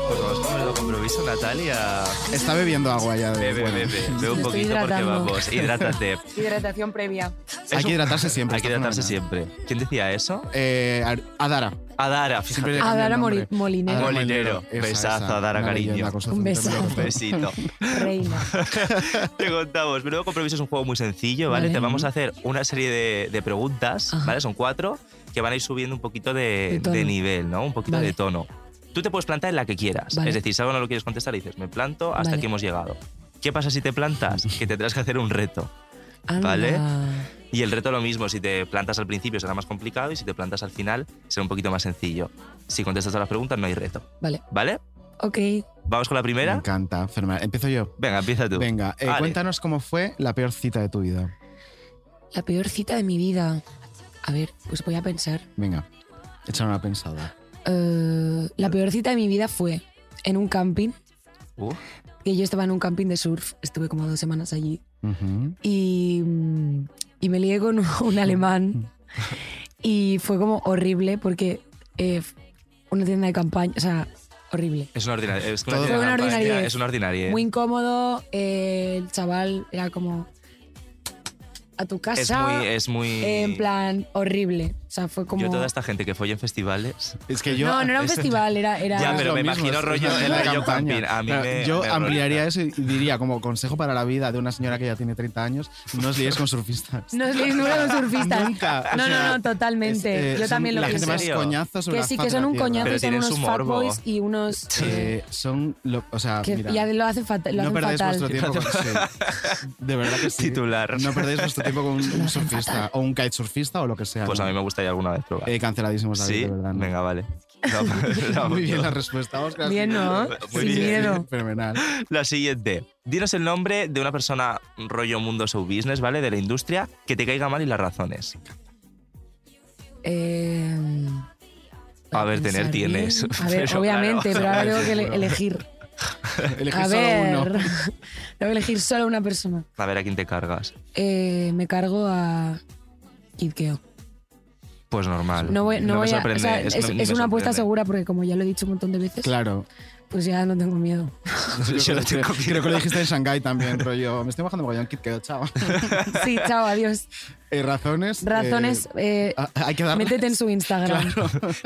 Speaker 2: Pues vamos con el compromiso, Natalia.
Speaker 3: Está bebiendo agua ya. de-
Speaker 2: Bebe,
Speaker 3: bueno.
Speaker 2: bebe. Bebe un
Speaker 4: Me estoy
Speaker 2: poquito porque
Speaker 4: hidratando.
Speaker 2: vamos. Hidrátate.
Speaker 4: Hidratación previa.
Speaker 3: Hay que hidratarse siempre.
Speaker 2: Hay que
Speaker 3: está
Speaker 2: hidratarse
Speaker 3: fenomenal.
Speaker 2: siempre. ¿Quién decía eso?
Speaker 3: Eh, Ar- Adara.
Speaker 2: Adara, fíjate.
Speaker 3: Siempre le cambio
Speaker 4: Adara
Speaker 3: el nombre.
Speaker 4: Mori- Molinero.
Speaker 3: Adara
Speaker 2: Molinero.
Speaker 3: Esa,
Speaker 2: Besazo,
Speaker 3: esa.
Speaker 2: Adara,
Speaker 3: Una
Speaker 2: cariño.
Speaker 3: leyenda, cosa
Speaker 4: Un
Speaker 3: central de la
Speaker 4: besazo.
Speaker 3: costa.
Speaker 2: Besito.
Speaker 4: Reina.
Speaker 2: Te contamos. Menudo compromiso es un juego muy sencillo, ¿vale?
Speaker 4: Vale.
Speaker 2: Te vamos a hacer una serie de, de preguntas, ¿vale? Son cuatro que van a ir subiendo un poquito de,
Speaker 4: De tono.
Speaker 2: de nivel, ¿no? Un poquito
Speaker 4: Vale.
Speaker 2: de tono. Tú te puedes plantar en la que quieras.
Speaker 4: Vale.
Speaker 2: Es decir, si algo no lo quieres contestar, dices, me planto hasta
Speaker 4: Vale.
Speaker 2: aquí hemos llegado. ¿Qué pasa si te plantas? Que tendrás que hacer un reto.
Speaker 4: Anda.
Speaker 2: Vale. Y el reto lo mismo, si te plantas al principio será más complicado y si te plantas al final será un poquito más sencillo. Si contestas todas las preguntas no hay reto,
Speaker 4: Vale.
Speaker 2: ¿vale?
Speaker 4: Ok.
Speaker 2: Vamos con la
Speaker 3: Me
Speaker 2: primera.
Speaker 3: encanta. fenomenal. Empiezo yo.
Speaker 2: Venga, empieza tú.
Speaker 3: Venga, eh,
Speaker 2: Vale.
Speaker 3: cuéntanos cómo fue la peor cita de tu vida.
Speaker 4: La peor cita de mi vida. A ver, pues voy a pensar.
Speaker 3: Venga, échale una pensada.
Speaker 4: Eh, la peor cita de mi vida fue en un camping.
Speaker 2: Uh,
Speaker 4: Que yo estaba en un camping de surf. Estuve como dos semanas allí.
Speaker 3: Ujú.
Speaker 4: y, mm, y me lié con un alemán y fue como horrible porque eh, una tienda de campaña, o sea, horrible.
Speaker 2: Es una ordinaria. Es una
Speaker 3: Todo-
Speaker 2: ordinaria
Speaker 4: Fue una
Speaker 2: campaña,
Speaker 4: ordinariez.
Speaker 2: Es una ordinaria.
Speaker 4: Muy incómodo, eh, el chaval era como a tu
Speaker 2: es
Speaker 4: casa,
Speaker 2: muy, es muy...
Speaker 4: en plan horrible, o sea, fue como...
Speaker 2: Yo toda esta gente que folla en festivales...
Speaker 3: Es que yo.
Speaker 4: no, no era un
Speaker 2: es-
Speaker 4: festival, era... era
Speaker 2: Ya,
Speaker 3: Es
Speaker 2: pero
Speaker 3: lo
Speaker 2: me
Speaker 3: mismo,
Speaker 2: imagino
Speaker 3: es
Speaker 2: rollo-
Speaker 3: una
Speaker 2: el
Speaker 3: tienda de
Speaker 2: rollo
Speaker 3: campaña.
Speaker 2: camping. A mí
Speaker 3: Claro,
Speaker 2: me-
Speaker 3: yo
Speaker 2: me
Speaker 3: ampliaría eso y diría como consejo para la vida de una señora que ya tiene 30 años, no os liéis con surfistas.
Speaker 4: No es ninguna de los surfistas.
Speaker 3: Nunca. o
Speaker 4: No,
Speaker 3: sea,
Speaker 4: no, no, totalmente.
Speaker 3: es- eh,
Speaker 4: yo
Speaker 3: son
Speaker 4: también lo
Speaker 3: La
Speaker 4: pienso.
Speaker 3: gente más
Speaker 2: ¿En serio?
Speaker 3: coñazo sobre
Speaker 4: Que
Speaker 3: la
Speaker 4: sí,
Speaker 3: faz
Speaker 4: que
Speaker 3: de
Speaker 4: son
Speaker 3: la
Speaker 4: un
Speaker 3: tierra.
Speaker 4: coñazo
Speaker 2: Pero
Speaker 4: y son
Speaker 2: tienen
Speaker 4: unos
Speaker 2: su morbo. Ah,
Speaker 4: fatboys y unos... eh,
Speaker 3: Eh, son, lo- o sea,
Speaker 4: que
Speaker 3: mira,
Speaker 4: ya lo hacen, fata- lo
Speaker 3: no
Speaker 4: hacen
Speaker 3: perdáis
Speaker 4: fatal.
Speaker 3: vuestro tiempo con sí. De verdad que sí.
Speaker 2: Titular.
Speaker 3: No perdáis vuestro tiempo con un, un surfista o un kitesurfista o lo que sea.
Speaker 2: Pues a
Speaker 3: ¿no?
Speaker 2: mí me gustaría alguna vez probar.
Speaker 3: Eh, canceladísimos, David,
Speaker 2: sí,
Speaker 3: de verdad. ¿no?
Speaker 2: venga, vale. No,
Speaker 3: Muy bien
Speaker 2: no.
Speaker 3: la respuesta, Oscar.
Speaker 4: Bien, ¿no?
Speaker 2: Muy
Speaker 4: Sin
Speaker 2: bien.
Speaker 4: miedo.
Speaker 3: Fenomenal.
Speaker 2: La siguiente. Dinos el nombre de una persona rollo mundo show business, ¿vale? De la industria que te caiga mal y las razones.
Speaker 4: Eh,
Speaker 2: A ver,
Speaker 4: pensar
Speaker 2: tener
Speaker 4: bien.
Speaker 2: tienes.
Speaker 4: A ver,
Speaker 2: Pero
Speaker 4: obviamente,
Speaker 2: claro.
Speaker 4: pero ahora tengo que ele- elegir.
Speaker 3: Elegí
Speaker 4: A
Speaker 3: solo
Speaker 4: ver,
Speaker 3: uno.
Speaker 4: tengo que elegir solo una persona.
Speaker 2: A ver a quién te cargas.
Speaker 4: Eh, me cargo a Kidkeo.
Speaker 2: Pues normal.
Speaker 4: No voy, no
Speaker 2: me
Speaker 4: voy a,
Speaker 2: sorprende,
Speaker 4: o sea, es,
Speaker 2: no-
Speaker 4: es
Speaker 2: me
Speaker 4: una apuesta
Speaker 2: sorprende.
Speaker 4: segura porque como ya lo he dicho un montón de veces,
Speaker 3: Claro.
Speaker 4: pues ya no tengo miedo.
Speaker 2: Yo lo tengo
Speaker 3: creo,
Speaker 2: que-
Speaker 3: creo que lo dijiste en Shanghái también, rollo. Me estoy bajando mogollón, kit quedo, chao.
Speaker 4: Sí, chao, adiós.
Speaker 3: Eh, razones. eh,
Speaker 4: Razones, eh,
Speaker 3: ah, hay que darle.
Speaker 4: métete en su Instagram.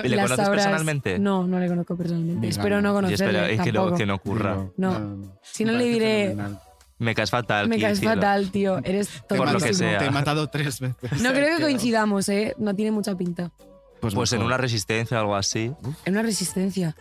Speaker 2: ¿Y le
Speaker 4: Las
Speaker 2: conoces
Speaker 4: sabrás.
Speaker 2: personalmente?
Speaker 4: No, no le conozco personalmente.
Speaker 3: Venga, no.
Speaker 4: Espero no
Speaker 2: Y
Speaker 4: conocerle
Speaker 2: espera, es que no,
Speaker 4: tampoco.
Speaker 2: que no ocurra.
Speaker 4: No. Si no
Speaker 3: Me
Speaker 4: le
Speaker 3: parece
Speaker 4: diré-
Speaker 3: fenomenal.
Speaker 2: Me caes fatal.
Speaker 4: Me
Speaker 2: Kid,
Speaker 4: caes
Speaker 2: cielo.
Speaker 4: fatal, tío. Eres
Speaker 3: Te
Speaker 2: Por
Speaker 3: he
Speaker 2: lo que
Speaker 3: matado-
Speaker 4: tontísimo.
Speaker 2: sea.
Speaker 3: Te he matado tres veces.
Speaker 4: No creo que
Speaker 3: Quedo.
Speaker 4: coincidamos, ¿eh? No tiene mucha pinta.
Speaker 2: Pues en
Speaker 3: mejor.
Speaker 2: una resistencia o algo así.
Speaker 4: Es una resistencia.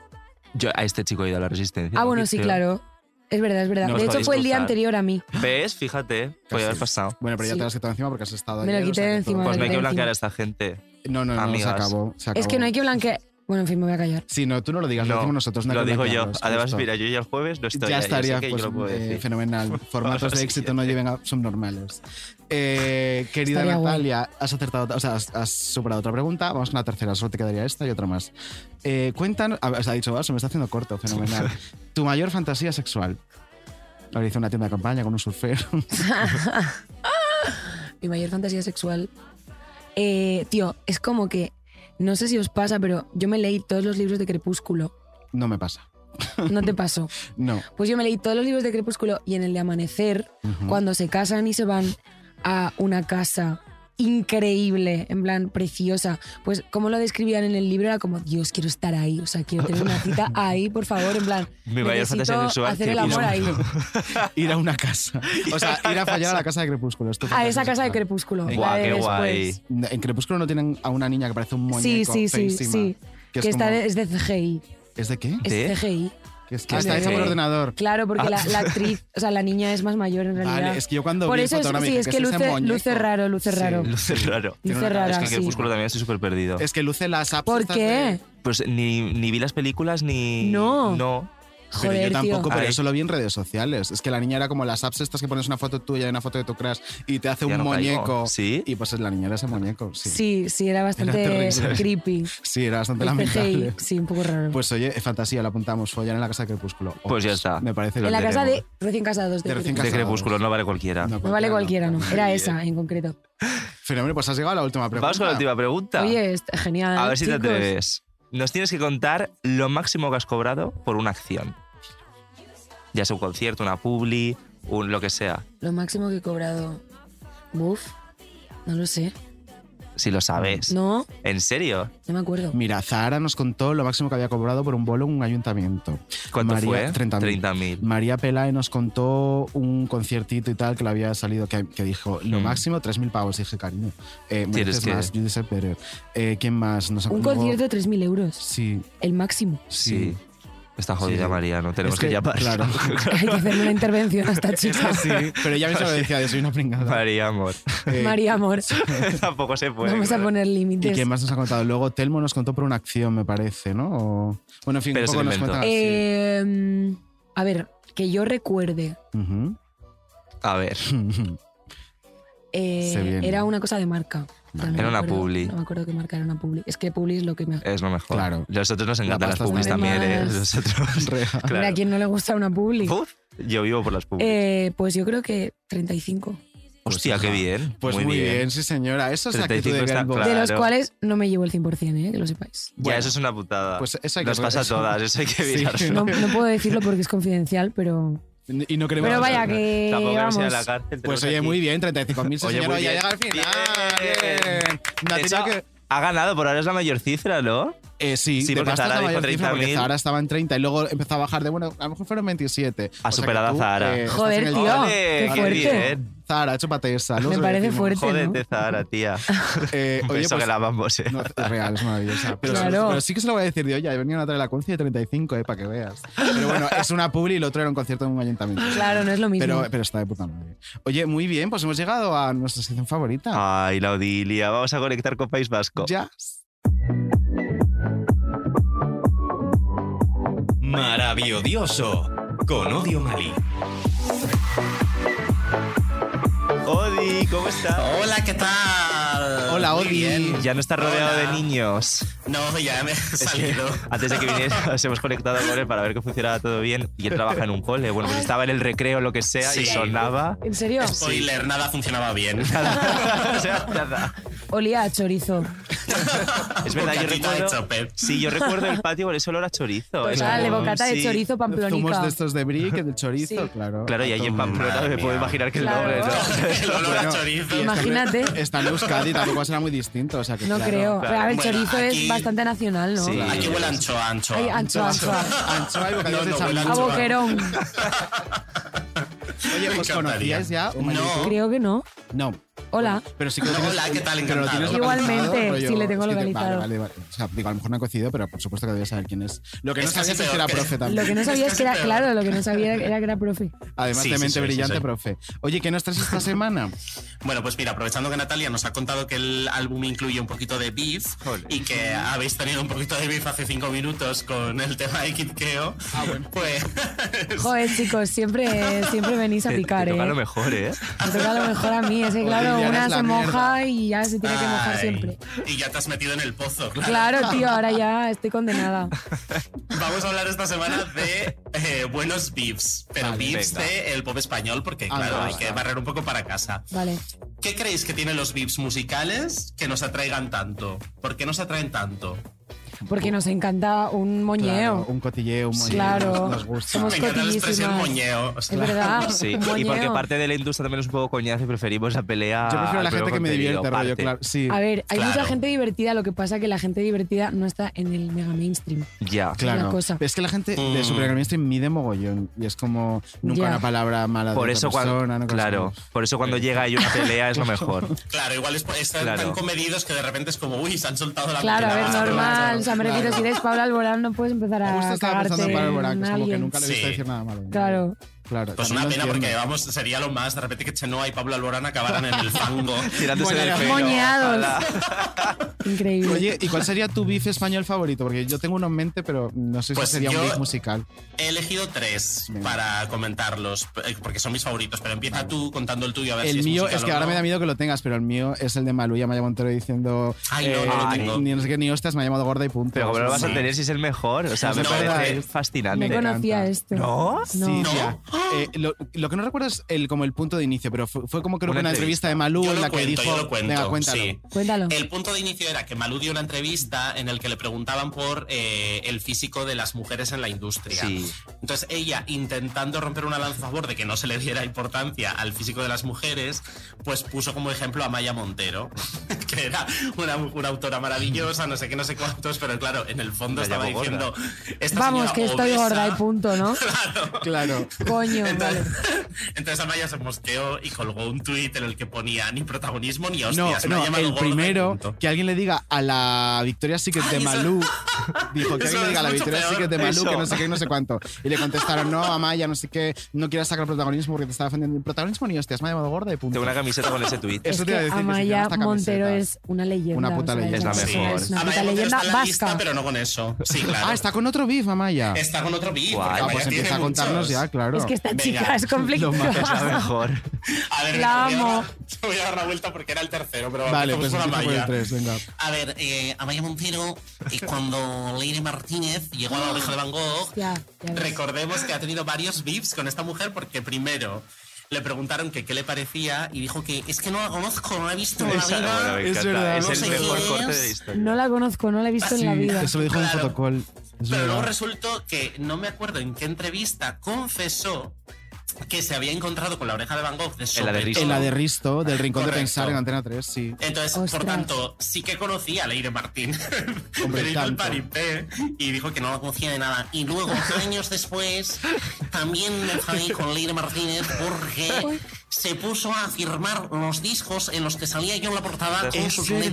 Speaker 2: Yo a este chico he ido a la resistencia.
Speaker 4: Ah,
Speaker 2: ¿no,
Speaker 4: bueno,
Speaker 2: Kid,
Speaker 4: sí,
Speaker 2: cielo?
Speaker 4: claro. Es verdad, es verdad.
Speaker 2: No
Speaker 4: de
Speaker 2: os
Speaker 4: hecho,
Speaker 2: podéis
Speaker 4: fue el día
Speaker 2: cruzar.
Speaker 4: anterior a mí.
Speaker 2: ¿Ves? Fíjate. pues Podría haber
Speaker 3: Casi.
Speaker 2: pasado.
Speaker 3: Bueno, pero ya
Speaker 4: Sí.
Speaker 3: te lo has quitado encima porque has estado
Speaker 4: Me lo
Speaker 3: ayer, o
Speaker 4: quité
Speaker 3: sea, que
Speaker 4: encima,
Speaker 3: todo-
Speaker 4: me
Speaker 2: Pues
Speaker 4: lo
Speaker 2: no hay que
Speaker 4: encima.
Speaker 2: blanquear a esta gente.
Speaker 3: No, no, no,
Speaker 2: Amigas.
Speaker 3: se acabó. se
Speaker 4: Es que
Speaker 3: acabó.
Speaker 4: no hay que blanquear. Bueno, en fin, me voy a callar.
Speaker 3: Sí, no, tú no lo digas, lo
Speaker 2: No,
Speaker 3: decimos nosotros. no hay
Speaker 2: lo
Speaker 3: que
Speaker 2: digo yo.
Speaker 3: blanquearlos,
Speaker 2: Además,
Speaker 3: justo.
Speaker 2: mira, yo ya el jueves no estoy.
Speaker 3: ya estaría,
Speaker 2: sé que
Speaker 3: pues,
Speaker 2: yo lo puedo
Speaker 3: eh,
Speaker 2: decir.
Speaker 3: fenomenal. Formatos de éxito no lleven a subnormales. Eh, querida
Speaker 4: Estaría guay.
Speaker 3: Natalia, has acertado, o sea, has, has superado otra pregunta. Vamos con la tercera, solo te quedaría esta y otra más. Eh, cuéntanos, ah, o sea, ha dicho, "Ah, se me está haciendo corto, fenomenal. tu mayor fantasía sexual. Ahora hice una tienda de campaña con un surfer.
Speaker 4: Mi mayor fantasía sexual. Eh, tío, es como que. No sé si os pasa, pero yo me leí todos los libros de Crepúsculo.
Speaker 3: No me pasa.
Speaker 4: No te pasó.
Speaker 3: No.
Speaker 4: Pues yo me leí todos los libros de Crepúsculo y en el de Amanecer,
Speaker 3: Ujú.
Speaker 4: cuando se casan y se van a una casa increíble, en plan preciosa, pues como lo describían en el libro era como, Dios, quiero estar ahí, o sea, quiero tener una cita ahí, por favor, en plan,
Speaker 2: Mi mayor
Speaker 4: necesito
Speaker 2: fantasía sexual.
Speaker 4: hacer
Speaker 2: que
Speaker 4: el
Speaker 2: ir a
Speaker 4: amor
Speaker 2: un-
Speaker 4: ahí,
Speaker 3: Ir a una casa. O sea, ir a fallar a la casa de Crepúsculo. es tu
Speaker 4: a
Speaker 3: fantasía
Speaker 4: esa casa de
Speaker 3: sexual.
Speaker 4: Crepúsculo.
Speaker 3: Guau,
Speaker 4: la de
Speaker 2: qué
Speaker 4: después.
Speaker 2: guay.
Speaker 3: En Crepúsculo no tienen a una niña que parece un muñeco.
Speaker 4: Sí, sí, sí,
Speaker 3: feísima,
Speaker 4: sí.
Speaker 3: Que
Speaker 4: Que,
Speaker 3: es,
Speaker 4: está
Speaker 3: como-
Speaker 4: de- es de CGI.
Speaker 3: ¿Es de qué?
Speaker 4: Es
Speaker 2: ¿De?
Speaker 4: CGI.
Speaker 3: Que es
Speaker 2: Ah,
Speaker 3: que está
Speaker 2: de
Speaker 3: hecho por
Speaker 2: CGI.
Speaker 3: ordenador.
Speaker 4: Claro, porque la, la actriz, o sea, la niña es más mayor en realidad.
Speaker 3: Vale, es que yo cuando
Speaker 4: Por
Speaker 3: vi
Speaker 4: eso
Speaker 3: el
Speaker 4: es,
Speaker 3: fotograma
Speaker 4: sí,
Speaker 3: dije,
Speaker 4: es
Speaker 3: ¿qué
Speaker 4: que
Speaker 3: ese
Speaker 4: luce,
Speaker 3: muñeco?
Speaker 4: luce raro, luce
Speaker 3: Sí.
Speaker 4: raro.
Speaker 2: Luce raro.
Speaker 3: Tiene una
Speaker 4: Luce
Speaker 3: cara-
Speaker 4: rara,
Speaker 2: Es que en
Speaker 4: Ah, sí.
Speaker 2: Crepúsculo también estoy súper perdido.
Speaker 3: Es que luce las apps
Speaker 4: ¿Por
Speaker 3: estas
Speaker 4: qué?
Speaker 3: de-
Speaker 2: Pues ni, ni vi las películas ni.
Speaker 4: No.
Speaker 2: No.
Speaker 3: Pero
Speaker 4: Joder,
Speaker 3: yo tampoco,
Speaker 4: tío.
Speaker 3: pero
Speaker 4: Ay.
Speaker 3: eso lo vi en redes sociales. Es que la niña era como las apps estas que pones una foto tuya y una foto de tu crush y te hace
Speaker 2: Ya
Speaker 3: un
Speaker 2: no caigo.
Speaker 3: muñeco. Sí. Y pues la niña era ese muñeco. Sí.
Speaker 4: Sí, Este sí, era bastante
Speaker 3: terrible.
Speaker 4: creepy.
Speaker 3: Sí, era bastante
Speaker 4: El
Speaker 3: lamentable.
Speaker 4: CGI, sí, un poco raro.
Speaker 3: Pues oye, fantasía, lo apuntamos. Follar en la casa de Crepúsculo.
Speaker 2: Pues ya está.
Speaker 3: Me parece
Speaker 4: en la casa de recién casados. De,
Speaker 3: De
Speaker 2: De
Speaker 3: recién
Speaker 4: Crepúsculo.
Speaker 3: casados.
Speaker 2: crepúsculo, no vale cualquiera.
Speaker 4: No vale cualquiera, ¿no? Era esa en concreto.
Speaker 3: Fenómeno, pues has llegado a la última pregunta.
Speaker 2: Vamos con la última
Speaker 13: Ah.
Speaker 2: pregunta.
Speaker 4: Oye, es genial.
Speaker 2: a ver si te
Speaker 4: chicos.
Speaker 2: atreves. Nos tienes que contar lo máximo que has cobrado por una acción. Ya sea un concierto, una publi, un lo que sea.
Speaker 4: Lo máximo que he cobrado. Buf. No lo sé.
Speaker 2: Si lo sabes.
Speaker 4: No,
Speaker 2: ¿En serio?
Speaker 4: no me acuerdo.
Speaker 3: Mira, Zahara nos contó lo máximo que había cobrado por un bolo en un ayuntamiento.
Speaker 2: ¿Cuánto fue?
Speaker 3: 30.000.
Speaker 2: 30.000.
Speaker 3: María Pelae nos contó un conciertito y tal que le había salido, que, que dijo lo
Speaker 2: Mm.
Speaker 3: máximo 3.000 pavos. Y dije, cariño, eh,
Speaker 2: Tienes
Speaker 3: mereces
Speaker 2: que-
Speaker 3: más, you deserve better. Eh, ¿Quién más? Nos
Speaker 4: Un
Speaker 3: luego-
Speaker 4: concierto de 3.000 euros.
Speaker 3: Sí,
Speaker 4: El máximo.
Speaker 2: Sí.
Speaker 3: sí.
Speaker 2: Está jodida,
Speaker 3: Sí.
Speaker 2: María, no tenemos
Speaker 3: Es
Speaker 2: que,
Speaker 3: que,
Speaker 2: llamar.
Speaker 3: claro.
Speaker 4: Hay que hacerle una intervención a esta chica.
Speaker 3: Sí, pero ella misma me decía, yo soy una pringada.
Speaker 2: María, amor.
Speaker 3: Eh,
Speaker 4: María Amor.
Speaker 2: Tampoco se puede.
Speaker 4: Vamos a
Speaker 2: claro.
Speaker 4: poner
Speaker 3: ¿Y
Speaker 4: límites.
Speaker 3: quién más nos ha contado? Luego Telmo nos contó por una acción, me parece, ¿no? O- Bueno, en fin,
Speaker 2: Pero
Speaker 3: un
Speaker 2: se
Speaker 3: poco
Speaker 2: lo
Speaker 3: nos
Speaker 2: inventó.
Speaker 3: cuenta.
Speaker 4: Eh, mm, a ver, que yo recuerde.
Speaker 3: sí. Ujú.
Speaker 2: A ver.
Speaker 4: eh,
Speaker 3: Se viene.
Speaker 4: era una cosa de marca. O sea, no
Speaker 3: Vale.
Speaker 4: me
Speaker 2: Era una
Speaker 4: acuerdo-
Speaker 2: publi.
Speaker 4: No me acuerdo qué marca era una publi. Es que publi es lo que me.
Speaker 2: Es lo mejor.
Speaker 3: Claro.
Speaker 2: Nosotros nos encantan
Speaker 3: La
Speaker 2: las
Speaker 3: pasta
Speaker 2: pubis
Speaker 3: está
Speaker 2: también, ¿eh?
Speaker 4: Además-
Speaker 2: Nosotros.
Speaker 3: Reja.
Speaker 2: claro.
Speaker 4: Mira, ¿a quién no le gusta una publi?
Speaker 2: Uf, yo vivo por las pubis.
Speaker 4: Eh, pues yo creo que 35.
Speaker 2: Hostia,
Speaker 3: pues,
Speaker 2: qué
Speaker 3: ajá.
Speaker 2: bien.
Speaker 3: Pues muy, bien. sí señora. Eso es la actitud
Speaker 2: 35
Speaker 3: de
Speaker 2: está
Speaker 3: Girl Boss.
Speaker 2: claro.
Speaker 4: De los cuales no me llevo el 100%, ¿eh? que lo sepáis.
Speaker 2: Ya,
Speaker 3: Bueno,
Speaker 2: eso es una putada.
Speaker 3: Pues eso hay que
Speaker 2: Nos pasa a
Speaker 3: eso-
Speaker 2: todas, eso hay que
Speaker 3: Sí.
Speaker 2: evitarlo.
Speaker 4: No, no puedo decirlo porque es confidencial, pero.
Speaker 3: Y no queremos...
Speaker 4: Pero vaya que.
Speaker 2: Tampoco que no sea
Speaker 4: vamos.
Speaker 2: la cárcel.
Speaker 3: Pues
Speaker 2: tenemos
Speaker 3: oye,
Speaker 2: aquí-
Speaker 3: muy bien, 35.000, sí,
Speaker 2: Oye,
Speaker 3: señora.
Speaker 2: muy
Speaker 3: Ya
Speaker 2: bien.
Speaker 3: llega al final.
Speaker 2: Bien.
Speaker 3: Bien. Me ha
Speaker 2: De
Speaker 3: tenido
Speaker 2: hecho,
Speaker 3: que-
Speaker 2: ha ganado, por ahora es la mayor cifra, ¿no?
Speaker 3: Eh, sí,
Speaker 2: Sí,
Speaker 3: de
Speaker 2: porque
Speaker 3: pasta
Speaker 2: Zara
Speaker 3: estaba
Speaker 2: dijo
Speaker 3: mayor cifra, porque
Speaker 2: 30.000.
Speaker 3: Zara estaba en 30 y luego empezó a bajar de, bueno, a lo mejor fueron 27.
Speaker 2: Ha
Speaker 3: O sea que
Speaker 2: superado a
Speaker 3: tú, eh,
Speaker 2: Zara.
Speaker 3: estás
Speaker 4: Joder,
Speaker 3: en el
Speaker 4: tío,
Speaker 3: top.
Speaker 2: Ole,
Speaker 4: qué fuerte.
Speaker 2: bien.
Speaker 3: Zara, chúpate esa. luego
Speaker 4: Me
Speaker 3: se lo
Speaker 4: parece
Speaker 3: decimos.
Speaker 4: fuerte. ¿no?
Speaker 2: Jódete, Zara, tía.
Speaker 3: Eh,
Speaker 2: Un
Speaker 3: oye,
Speaker 2: beso
Speaker 3: pues-
Speaker 2: que la vamos, eh.
Speaker 3: No, es real, es maravillosa. Pero,
Speaker 4: Claro.
Speaker 3: pero sí que se lo voy a decir de, oye, he venido a traer la concia de 35, eh, para que veas. Pero bueno, es una publi y lo otro era un concierto en un ayuntamiento.
Speaker 4: Claro, no es lo mismo.
Speaker 3: Pero, pero está de puta madre. Oye, muy bien, pues hemos llegado a nuestra sección favorita.
Speaker 2: Ay, la Odilia, vamos a conectar con País Vasco.
Speaker 3: Ya.
Speaker 1: Maravilloso. Con Odio Malí.
Speaker 2: Odi, ¿cómo estás?
Speaker 13: Hola, ¿qué tal?
Speaker 3: Hola,
Speaker 13: Muy
Speaker 3: Odi.
Speaker 13: bien.
Speaker 2: Ya no estás rodeado
Speaker 13: Hola.
Speaker 2: de niños.
Speaker 13: No, ya me he salido.
Speaker 2: Antes de que vinieras, hemos conectado con él para ver que funcionaba todo bien. Y él trabaja en un cole. Bueno, pues estaba en el recreo, lo que sea, y
Speaker 13: Sí.
Speaker 2: sonaba.
Speaker 4: ¿En serio?
Speaker 13: Spoiler, nada funcionaba bien.
Speaker 2: o sea, nada.
Speaker 4: Olía a chorizo.
Speaker 2: Es verdad, yo
Speaker 13: Bocadita de
Speaker 2: recuerdo.
Speaker 13: chope.
Speaker 2: Sí, yo recuerdo el patio con ese olor a chorizo.
Speaker 13: Pues
Speaker 4: Total,
Speaker 2: Es
Speaker 4: de
Speaker 2: como-
Speaker 4: Pues bocata de
Speaker 2: sí.
Speaker 4: chorizo
Speaker 3: Zumos
Speaker 4: pamplonica.
Speaker 3: de estos de brick, de chorizo,
Speaker 4: Sí.
Speaker 3: claro.
Speaker 2: Claro, y ahí en Pamplona
Speaker 13: Madre
Speaker 2: me puedo
Speaker 13: mía.
Speaker 2: imaginar que el
Speaker 4: Claro.
Speaker 2: doble, ¿no?
Speaker 13: El olor a chorizo.
Speaker 3: Y
Speaker 4: Imagínate.
Speaker 3: Está en, está en Euskadi, tampoco será muy distinto. O sea que,
Speaker 4: No
Speaker 3: claro.
Speaker 4: creo.
Speaker 2: claro.
Speaker 4: A ver,
Speaker 13: Bueno,
Speaker 4: chorizo es
Speaker 13: aquí-
Speaker 4: bastante nacional, ¿no?
Speaker 2: Sí.
Speaker 13: Aquí huele a anchoa, anchoa.
Speaker 4: Ay, anchoa, anchoa.
Speaker 3: Anchoa y bocadillos
Speaker 13: No, no, huele
Speaker 3: de
Speaker 13: a
Speaker 3: chamán.
Speaker 4: A
Speaker 13: anchoa.
Speaker 4: boquerón.
Speaker 3: Oye,
Speaker 13: Me
Speaker 3: ¿os
Speaker 13: encantaría.
Speaker 3: conocíais ya?
Speaker 13: No.
Speaker 4: Creo que no.
Speaker 3: No.
Speaker 4: Hola.
Speaker 3: Pero sí que lo
Speaker 13: No,
Speaker 3: tienes-
Speaker 13: hola, ¿qué tal?
Speaker 3: Pero lo tienes
Speaker 13: Encantado.
Speaker 3: localizado, rollo-
Speaker 4: Igualmente, sí, le tengo
Speaker 3: es que te-
Speaker 4: localizado.
Speaker 3: Vale, vale, vale. O sea, digo, a lo mejor no he coincidido, pero por supuesto que debía saber quién es. Lo que
Speaker 13: Es
Speaker 3: no sabía
Speaker 13: casi
Speaker 3: es que
Speaker 13: peor
Speaker 3: era
Speaker 13: que-
Speaker 3: profe también.
Speaker 4: Lo que no sabía es que era,
Speaker 13: peor.
Speaker 4: claro, lo que no sabía era que era profe.
Speaker 3: Además
Speaker 13: Sí,
Speaker 3: de
Speaker 13: sí,
Speaker 3: mente
Speaker 13: soy, sí,
Speaker 3: brillante,
Speaker 13: soy.
Speaker 3: profe. Oye, ¿qué nos traes esta semana?
Speaker 13: Bueno, pues mira, aprovechando que Natalia nos ha contado que el álbum incluye un poquito de beef
Speaker 2: Ole.
Speaker 13: y que habéis tenido un poquito de beef hace cinco minutos con el tema de Kid Keo,
Speaker 3: Ah,
Speaker 13: pues
Speaker 4: Joder, chicos, siempre, siempre venís a
Speaker 2: Te- te
Speaker 4: picar,
Speaker 2: toca
Speaker 4: ¿eh?
Speaker 2: lo mejor, ¿eh?
Speaker 4: Me toca lo mejor a mí. Es que, claro,
Speaker 3: Olivia,
Speaker 4: una
Speaker 3: eres la
Speaker 4: se moja
Speaker 3: mierda.
Speaker 4: y ya se tiene que mojar
Speaker 13: Ay,
Speaker 4: siempre.
Speaker 13: Y ya te has metido en el pozo, claro.
Speaker 4: Claro, tío, ahora ya estoy condenada.
Speaker 13: Vamos a hablar esta semana de eh, buenos beefs, pero
Speaker 2: Vale,
Speaker 13: beefs
Speaker 2: venga.
Speaker 13: de el pop español, porque
Speaker 3: Ah,
Speaker 13: claro,
Speaker 3: me
Speaker 13: hay
Speaker 3: gusta.
Speaker 13: que barrer un poco para casa.
Speaker 4: Vale.
Speaker 13: ¿Qué creéis que tienen los beefs musicales que nos atraigan tanto? ¿Por qué nos atraen tanto?
Speaker 4: Porque nos encanta un
Speaker 3: Claro,
Speaker 4: moñeo.
Speaker 3: un cotilleo, un moñeo.
Speaker 4: Claro.
Speaker 3: Nos, nos gusta.
Speaker 4: Somos
Speaker 13: Me encanta la expresión
Speaker 4: cotillísimas.
Speaker 13: moñeo. o sea,
Speaker 4: Es verdad.
Speaker 2: Sí,
Speaker 4: un
Speaker 2: y porque
Speaker 4: moñeo.
Speaker 2: parte de la industria también es un poco coñazo y preferimos la pelea.
Speaker 3: Yo prefiero a la
Speaker 2: al propio
Speaker 3: gente que me
Speaker 2: Ah, contenido,
Speaker 3: divierte, rollo,
Speaker 2: parte.
Speaker 3: claro. Sí.
Speaker 4: A ver, hay mucha
Speaker 13: Claro.
Speaker 4: gente divertida, lo que pasa que la gente divertida no está en el mega mainstream.
Speaker 2: Ya.
Speaker 3: Claro,
Speaker 4: una cosa.
Speaker 3: es que la gente de
Speaker 13: Mm.
Speaker 3: Supergramista mide mogollón y es como nunca
Speaker 4: Ya.
Speaker 3: una palabra mala
Speaker 2: Por
Speaker 3: de otra
Speaker 2: eso, cuando,
Speaker 3: persona, no
Speaker 2: claro,
Speaker 3: cosas-
Speaker 2: por eso cuando llega ahí una pelea es lo mejor.
Speaker 13: Claro, igual es, están
Speaker 2: Claro.
Speaker 13: tan comedidos que de repente es como, uy, se han soltado la
Speaker 4: Claro, a ver,
Speaker 13: pelada".
Speaker 4: normal. O sea, me
Speaker 3: claro.
Speaker 4: refiero, si eres Pablo Alborán, no puedes empezar a
Speaker 3: Justo estaba
Speaker 4: cagarte
Speaker 3: pensando en Pablo Alborán, que es como que
Speaker 4: alguien.
Speaker 3: nunca le he visto
Speaker 13: Sí.
Speaker 3: decir nada malo.
Speaker 4: Claro.
Speaker 3: Claro,
Speaker 4: Pues
Speaker 3: también
Speaker 4: una
Speaker 3: lo
Speaker 4: pena
Speaker 3: entiendo.
Speaker 4: porque vamos, sería lo más de repente que Chenoa y Pablo Alborán acabaran en el fango.
Speaker 13: Tirándose del
Speaker 3: Moñados.
Speaker 13: pelo.
Speaker 8: Moñados.
Speaker 13: Ala.
Speaker 8: Increíble.
Speaker 3: Oye, ¿y cuál sería tu beef español favorito? Porque yo tengo uno en mente, pero no sé si
Speaker 4: Pues
Speaker 3: sería
Speaker 4: yo-
Speaker 3: un beef musical.
Speaker 4: He elegido tres para comentarlos, eh, porque son mis favoritos, pero empieza tú contando el tuyo a ver si
Speaker 3: el
Speaker 4: pues es
Speaker 3: mío,
Speaker 4: musical
Speaker 3: es
Speaker 4: o
Speaker 3: que ahora
Speaker 4: no.
Speaker 3: me da miedo que lo tengas, pero el mío es el de Maluya Maya Montero diciendo. eh,
Speaker 4: Ay, no, no lo tengo.
Speaker 3: Ni no sé qué, ni hostias, me ha llamado gorda y punto.
Speaker 13: Pero ¿cómo lo vas a
Speaker 3: Sí.
Speaker 13: tener si es el mejor? O sea,
Speaker 3: No
Speaker 13: me
Speaker 3: sé.
Speaker 13: parece
Speaker 8: No
Speaker 13: fascinante.
Speaker 8: conocía este.
Speaker 13: ¿No?
Speaker 3: Sí,
Speaker 8: No.
Speaker 3: tía. Eh, lo, lo que no recuerdo es el, como el punto de inicio, pero fue, fue como creo que
Speaker 13: Una
Speaker 3: una entrevista de Malú
Speaker 4: Yo
Speaker 3: en
Speaker 4: lo
Speaker 3: la que
Speaker 4: cuento,
Speaker 3: dijo.
Speaker 4: yo lo cuento.
Speaker 3: Venga, cuéntalo.
Speaker 4: sí.
Speaker 8: Cuéntalo.
Speaker 4: El punto de inicio era que Malú dio una entrevista en el que le preguntaban por eh, el físico de las mujeres en la industria.
Speaker 13: Sí.
Speaker 4: Entonces ella, intentando romper una lanza a favor de que no se le diera importancia al físico de las mujeres, pues puso como ejemplo a Maya Montero, que era una, una autora maravillosa, no sé qué, no sé cuántos, pero claro, en el
Speaker 13: La
Speaker 4: fondo estaba
Speaker 13: llamó gorda.
Speaker 4: diciendo... Esta
Speaker 8: Vamos,
Speaker 4: señora
Speaker 8: que estoy
Speaker 4: obesa-
Speaker 8: gorda y punto, ¿no?
Speaker 3: Claro.
Speaker 8: Coño, vale.
Speaker 4: Entonces, entonces Amaya se mosqueó y colgó un tuit en el que ponía ni protagonismo ni
Speaker 3: No,
Speaker 4: hostias. me ha
Speaker 3: no,
Speaker 4: llamado
Speaker 3: el
Speaker 4: gorda y
Speaker 3: primero
Speaker 4: punto".
Speaker 3: que alguien le diga a la Victoria Secret de
Speaker 4: Ay, eso-
Speaker 3: Malú, dijo que
Speaker 4: Eso
Speaker 3: alguien le
Speaker 4: es
Speaker 3: diga a la
Speaker 4: mucho
Speaker 3: Victoria
Speaker 4: peor,
Speaker 3: Secret de Malú que
Speaker 13: eso.
Speaker 3: no sé qué, no sé cuánto. Y le contestaron, no, Amaya, no sé qué, no quieras sacar protagonismo porque te está defendiendo el protagonismo ni hostias, me ha llamado gorda y punto.
Speaker 13: Tengo una camiseta con ese tuit.
Speaker 3: Eso te
Speaker 8: es que
Speaker 3: iba a decir, que si
Speaker 8: Amaya
Speaker 3: llevas esta
Speaker 8: Montero
Speaker 3: camiseta.
Speaker 8: es una leyenda.
Speaker 3: Una puta
Speaker 8: o sea,
Speaker 3: leyenda.
Speaker 13: Es la
Speaker 4: Sí.
Speaker 13: mejor.
Speaker 8: Es una puta
Speaker 4: Amaya Montero
Speaker 8: leyenda
Speaker 4: está en la lista,
Speaker 8: vasca.
Speaker 4: pero no con eso. Sí, claro.
Speaker 3: Ah, está con otro beef, Amaya.
Speaker 4: Está con otro beat.
Speaker 13: Guau,
Speaker 3: Ah, pues empieza a contarnos ya, claro.
Speaker 8: Es que esta
Speaker 4: Venga,
Speaker 8: chica
Speaker 13: Es
Speaker 8: es
Speaker 13: la
Speaker 8: conflictiva.
Speaker 13: mejor.
Speaker 4: A ver,
Speaker 8: La
Speaker 4: venga, voy a
Speaker 8: amo.
Speaker 4: dar- voy a dar la vuelta porque era el tercero, pero
Speaker 3: Vale,
Speaker 4: empezamos
Speaker 3: pues
Speaker 4: con
Speaker 3: empieza por el
Speaker 4: Amaya.
Speaker 3: 3, venga.
Speaker 4: A ver, eh, Amaya Montero, eh, cuando Leire Martínez llegó a la oreja de Van Gogh,
Speaker 8: Ya, ya ves.
Speaker 4: recordemos que ha tenido varios beefs con esta mujer porque primero le preguntaron que qué le parecía y dijo que es que no la conozco, no la he visto en la
Speaker 13: Esa- bueno,
Speaker 4: vida.
Speaker 13: me
Speaker 3: Es
Speaker 13: encanta.
Speaker 3: verdad.
Speaker 13: Es el
Speaker 4: No sé
Speaker 13: mejor
Speaker 4: quién es.
Speaker 13: corte de la historia.
Speaker 8: No la conozco, no la he visto en la
Speaker 3: Sí,
Speaker 8: vida.
Speaker 3: Eso lo dijo en el
Speaker 4: Claro.
Speaker 3: protocolo. Es
Speaker 4: Pero luego
Speaker 3: verdad.
Speaker 4: resultó que no me acuerdo en qué entrevista confesó que se había encontrado con la oreja de Van Gogh de
Speaker 13: En la de
Speaker 4: sopetón.
Speaker 13: Risto.
Speaker 3: En la de Risto, del Rincón
Speaker 4: Correcto.
Speaker 3: de Pensar en Antena 3, sí.
Speaker 4: Entonces,
Speaker 8: Ostras.
Speaker 4: por tanto, sí que conocía a Leire Martín.
Speaker 3: Hombre,
Speaker 4: Pero hizo el
Speaker 3: tanto.
Speaker 4: paripé y dijo que no la conocía de nada. Y luego, años después, también me enfadé con Leire Martínez porque se puso a firmar los discos en los que salía yo en la portada con
Speaker 3: Es
Speaker 4: sus
Speaker 3: verdad.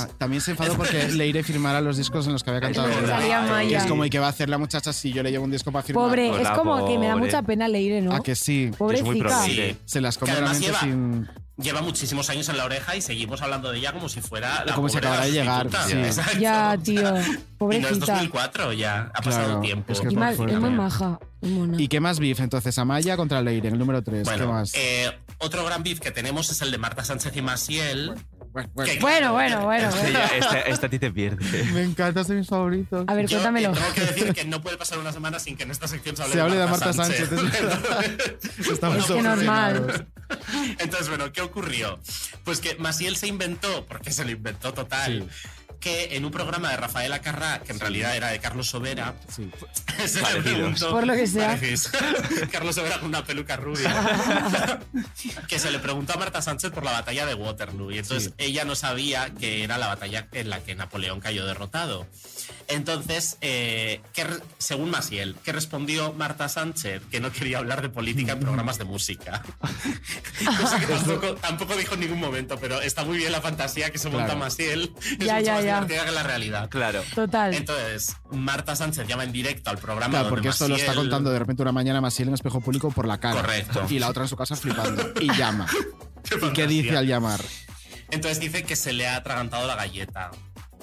Speaker 4: letras.
Speaker 3: También se enfadó porque Leire firmara los discos en los que había cantado.
Speaker 8: verdad.
Speaker 3: Lola.
Speaker 8: Salía Maya.
Speaker 3: Que es como, ¿y qué va a hacer la muchacha si yo le llevo un disco para firmar?
Speaker 8: Pobre,
Speaker 13: Hola,
Speaker 8: es como que me da
Speaker 13: pobre.
Speaker 8: mucha pena leer, ¿no?
Speaker 3: A que sí.
Speaker 13: Es muy
Speaker 8: Pobrecita.
Speaker 13: probable.
Speaker 4: Sí.
Speaker 3: Se las comió
Speaker 4: Que además
Speaker 3: realmente
Speaker 4: lleva-
Speaker 3: sin.
Speaker 4: Lleva muchísimos años en la oreja y seguimos hablando de ella como si fuera la
Speaker 3: Como si
Speaker 4: pobre
Speaker 3: acabara de llegar,
Speaker 4: sustituta.
Speaker 3: sí.
Speaker 4: Exacto.
Speaker 8: Ya, tío.
Speaker 4: Y no es
Speaker 8: Pobrecita.
Speaker 4: 2004, ya ha pasado
Speaker 3: Claro,
Speaker 4: tiempo.
Speaker 3: es que
Speaker 8: Y
Speaker 3: por
Speaker 8: mal-
Speaker 3: fuera.
Speaker 8: es muy maja. muy mona.
Speaker 3: ¿Y qué más beef entonces? Amaya contra Leire, el número 3. ¿Qué
Speaker 4: Bueno,
Speaker 3: más?
Speaker 4: eh, otro gran beef que tenemos es el de Marta Sánchez y Maciel. que
Speaker 8: Bueno,
Speaker 4: claro,
Speaker 8: bueno, bueno.
Speaker 13: Sí,
Speaker 8: bueno.
Speaker 13: ya, Esta,
Speaker 2: este,
Speaker 13: esta a ti te pierde.
Speaker 3: Me encanta, es de mis favoritos.
Speaker 8: A ver,
Speaker 4: Yo
Speaker 8: cuéntamelo.
Speaker 4: te Tengo que decir que no puede pasar una semana sin que en esta sección se hable,
Speaker 3: Se hable de Marta Sánchez. Estamos
Speaker 8: Es que normal.
Speaker 3: obsesionados.
Speaker 4: Entonces, bueno, ¿qué ocurrió? Pues que Maciel se inventó, porque se lo inventó total, que en un programa de Rafaela Carrá, que en realidad era de Carlos Sobera,
Speaker 3: Sí.
Speaker 4: se le
Speaker 13: Parecidos.
Speaker 4: preguntó.
Speaker 8: Por lo que sea.
Speaker 4: Parecidos. Carlos Sobera con una peluca rubia. que se le preguntó a Marta Sánchez por la batalla de Waterloo. Y entonces
Speaker 3: Sí.
Speaker 4: ella no sabía que era la batalla en la que Napoleón cayó derrotado. Entonces, eh, ¿qué re- según Maciel, que respondió Marta Sánchez que no quería hablar de política en programas de música. Cosa que
Speaker 3: Pues
Speaker 4: tampoco, tampoco dijo en ningún momento, pero está muy bien la fantasía que se monta
Speaker 3: Claro.
Speaker 4: Maciel. Es
Speaker 8: Ya,
Speaker 4: mucho
Speaker 8: ya,
Speaker 4: más
Speaker 8: ya.
Speaker 4: divertida que la realidad.
Speaker 13: Claro.
Speaker 8: Total.
Speaker 4: Entonces, Marta Sánchez llama en directo al programa.
Speaker 3: Claro,
Speaker 4: donde
Speaker 3: porque esto lo está
Speaker 4: Maciel-
Speaker 3: contando de repente una mañana Maciel en espejo público por la cara.
Speaker 4: Correcto.
Speaker 3: Y la otra en su casa flipando. Y llama. ¿Y qué
Speaker 4: fantasía.
Speaker 3: dice al llamar?
Speaker 4: Entonces dice que se le ha atragantado la galleta.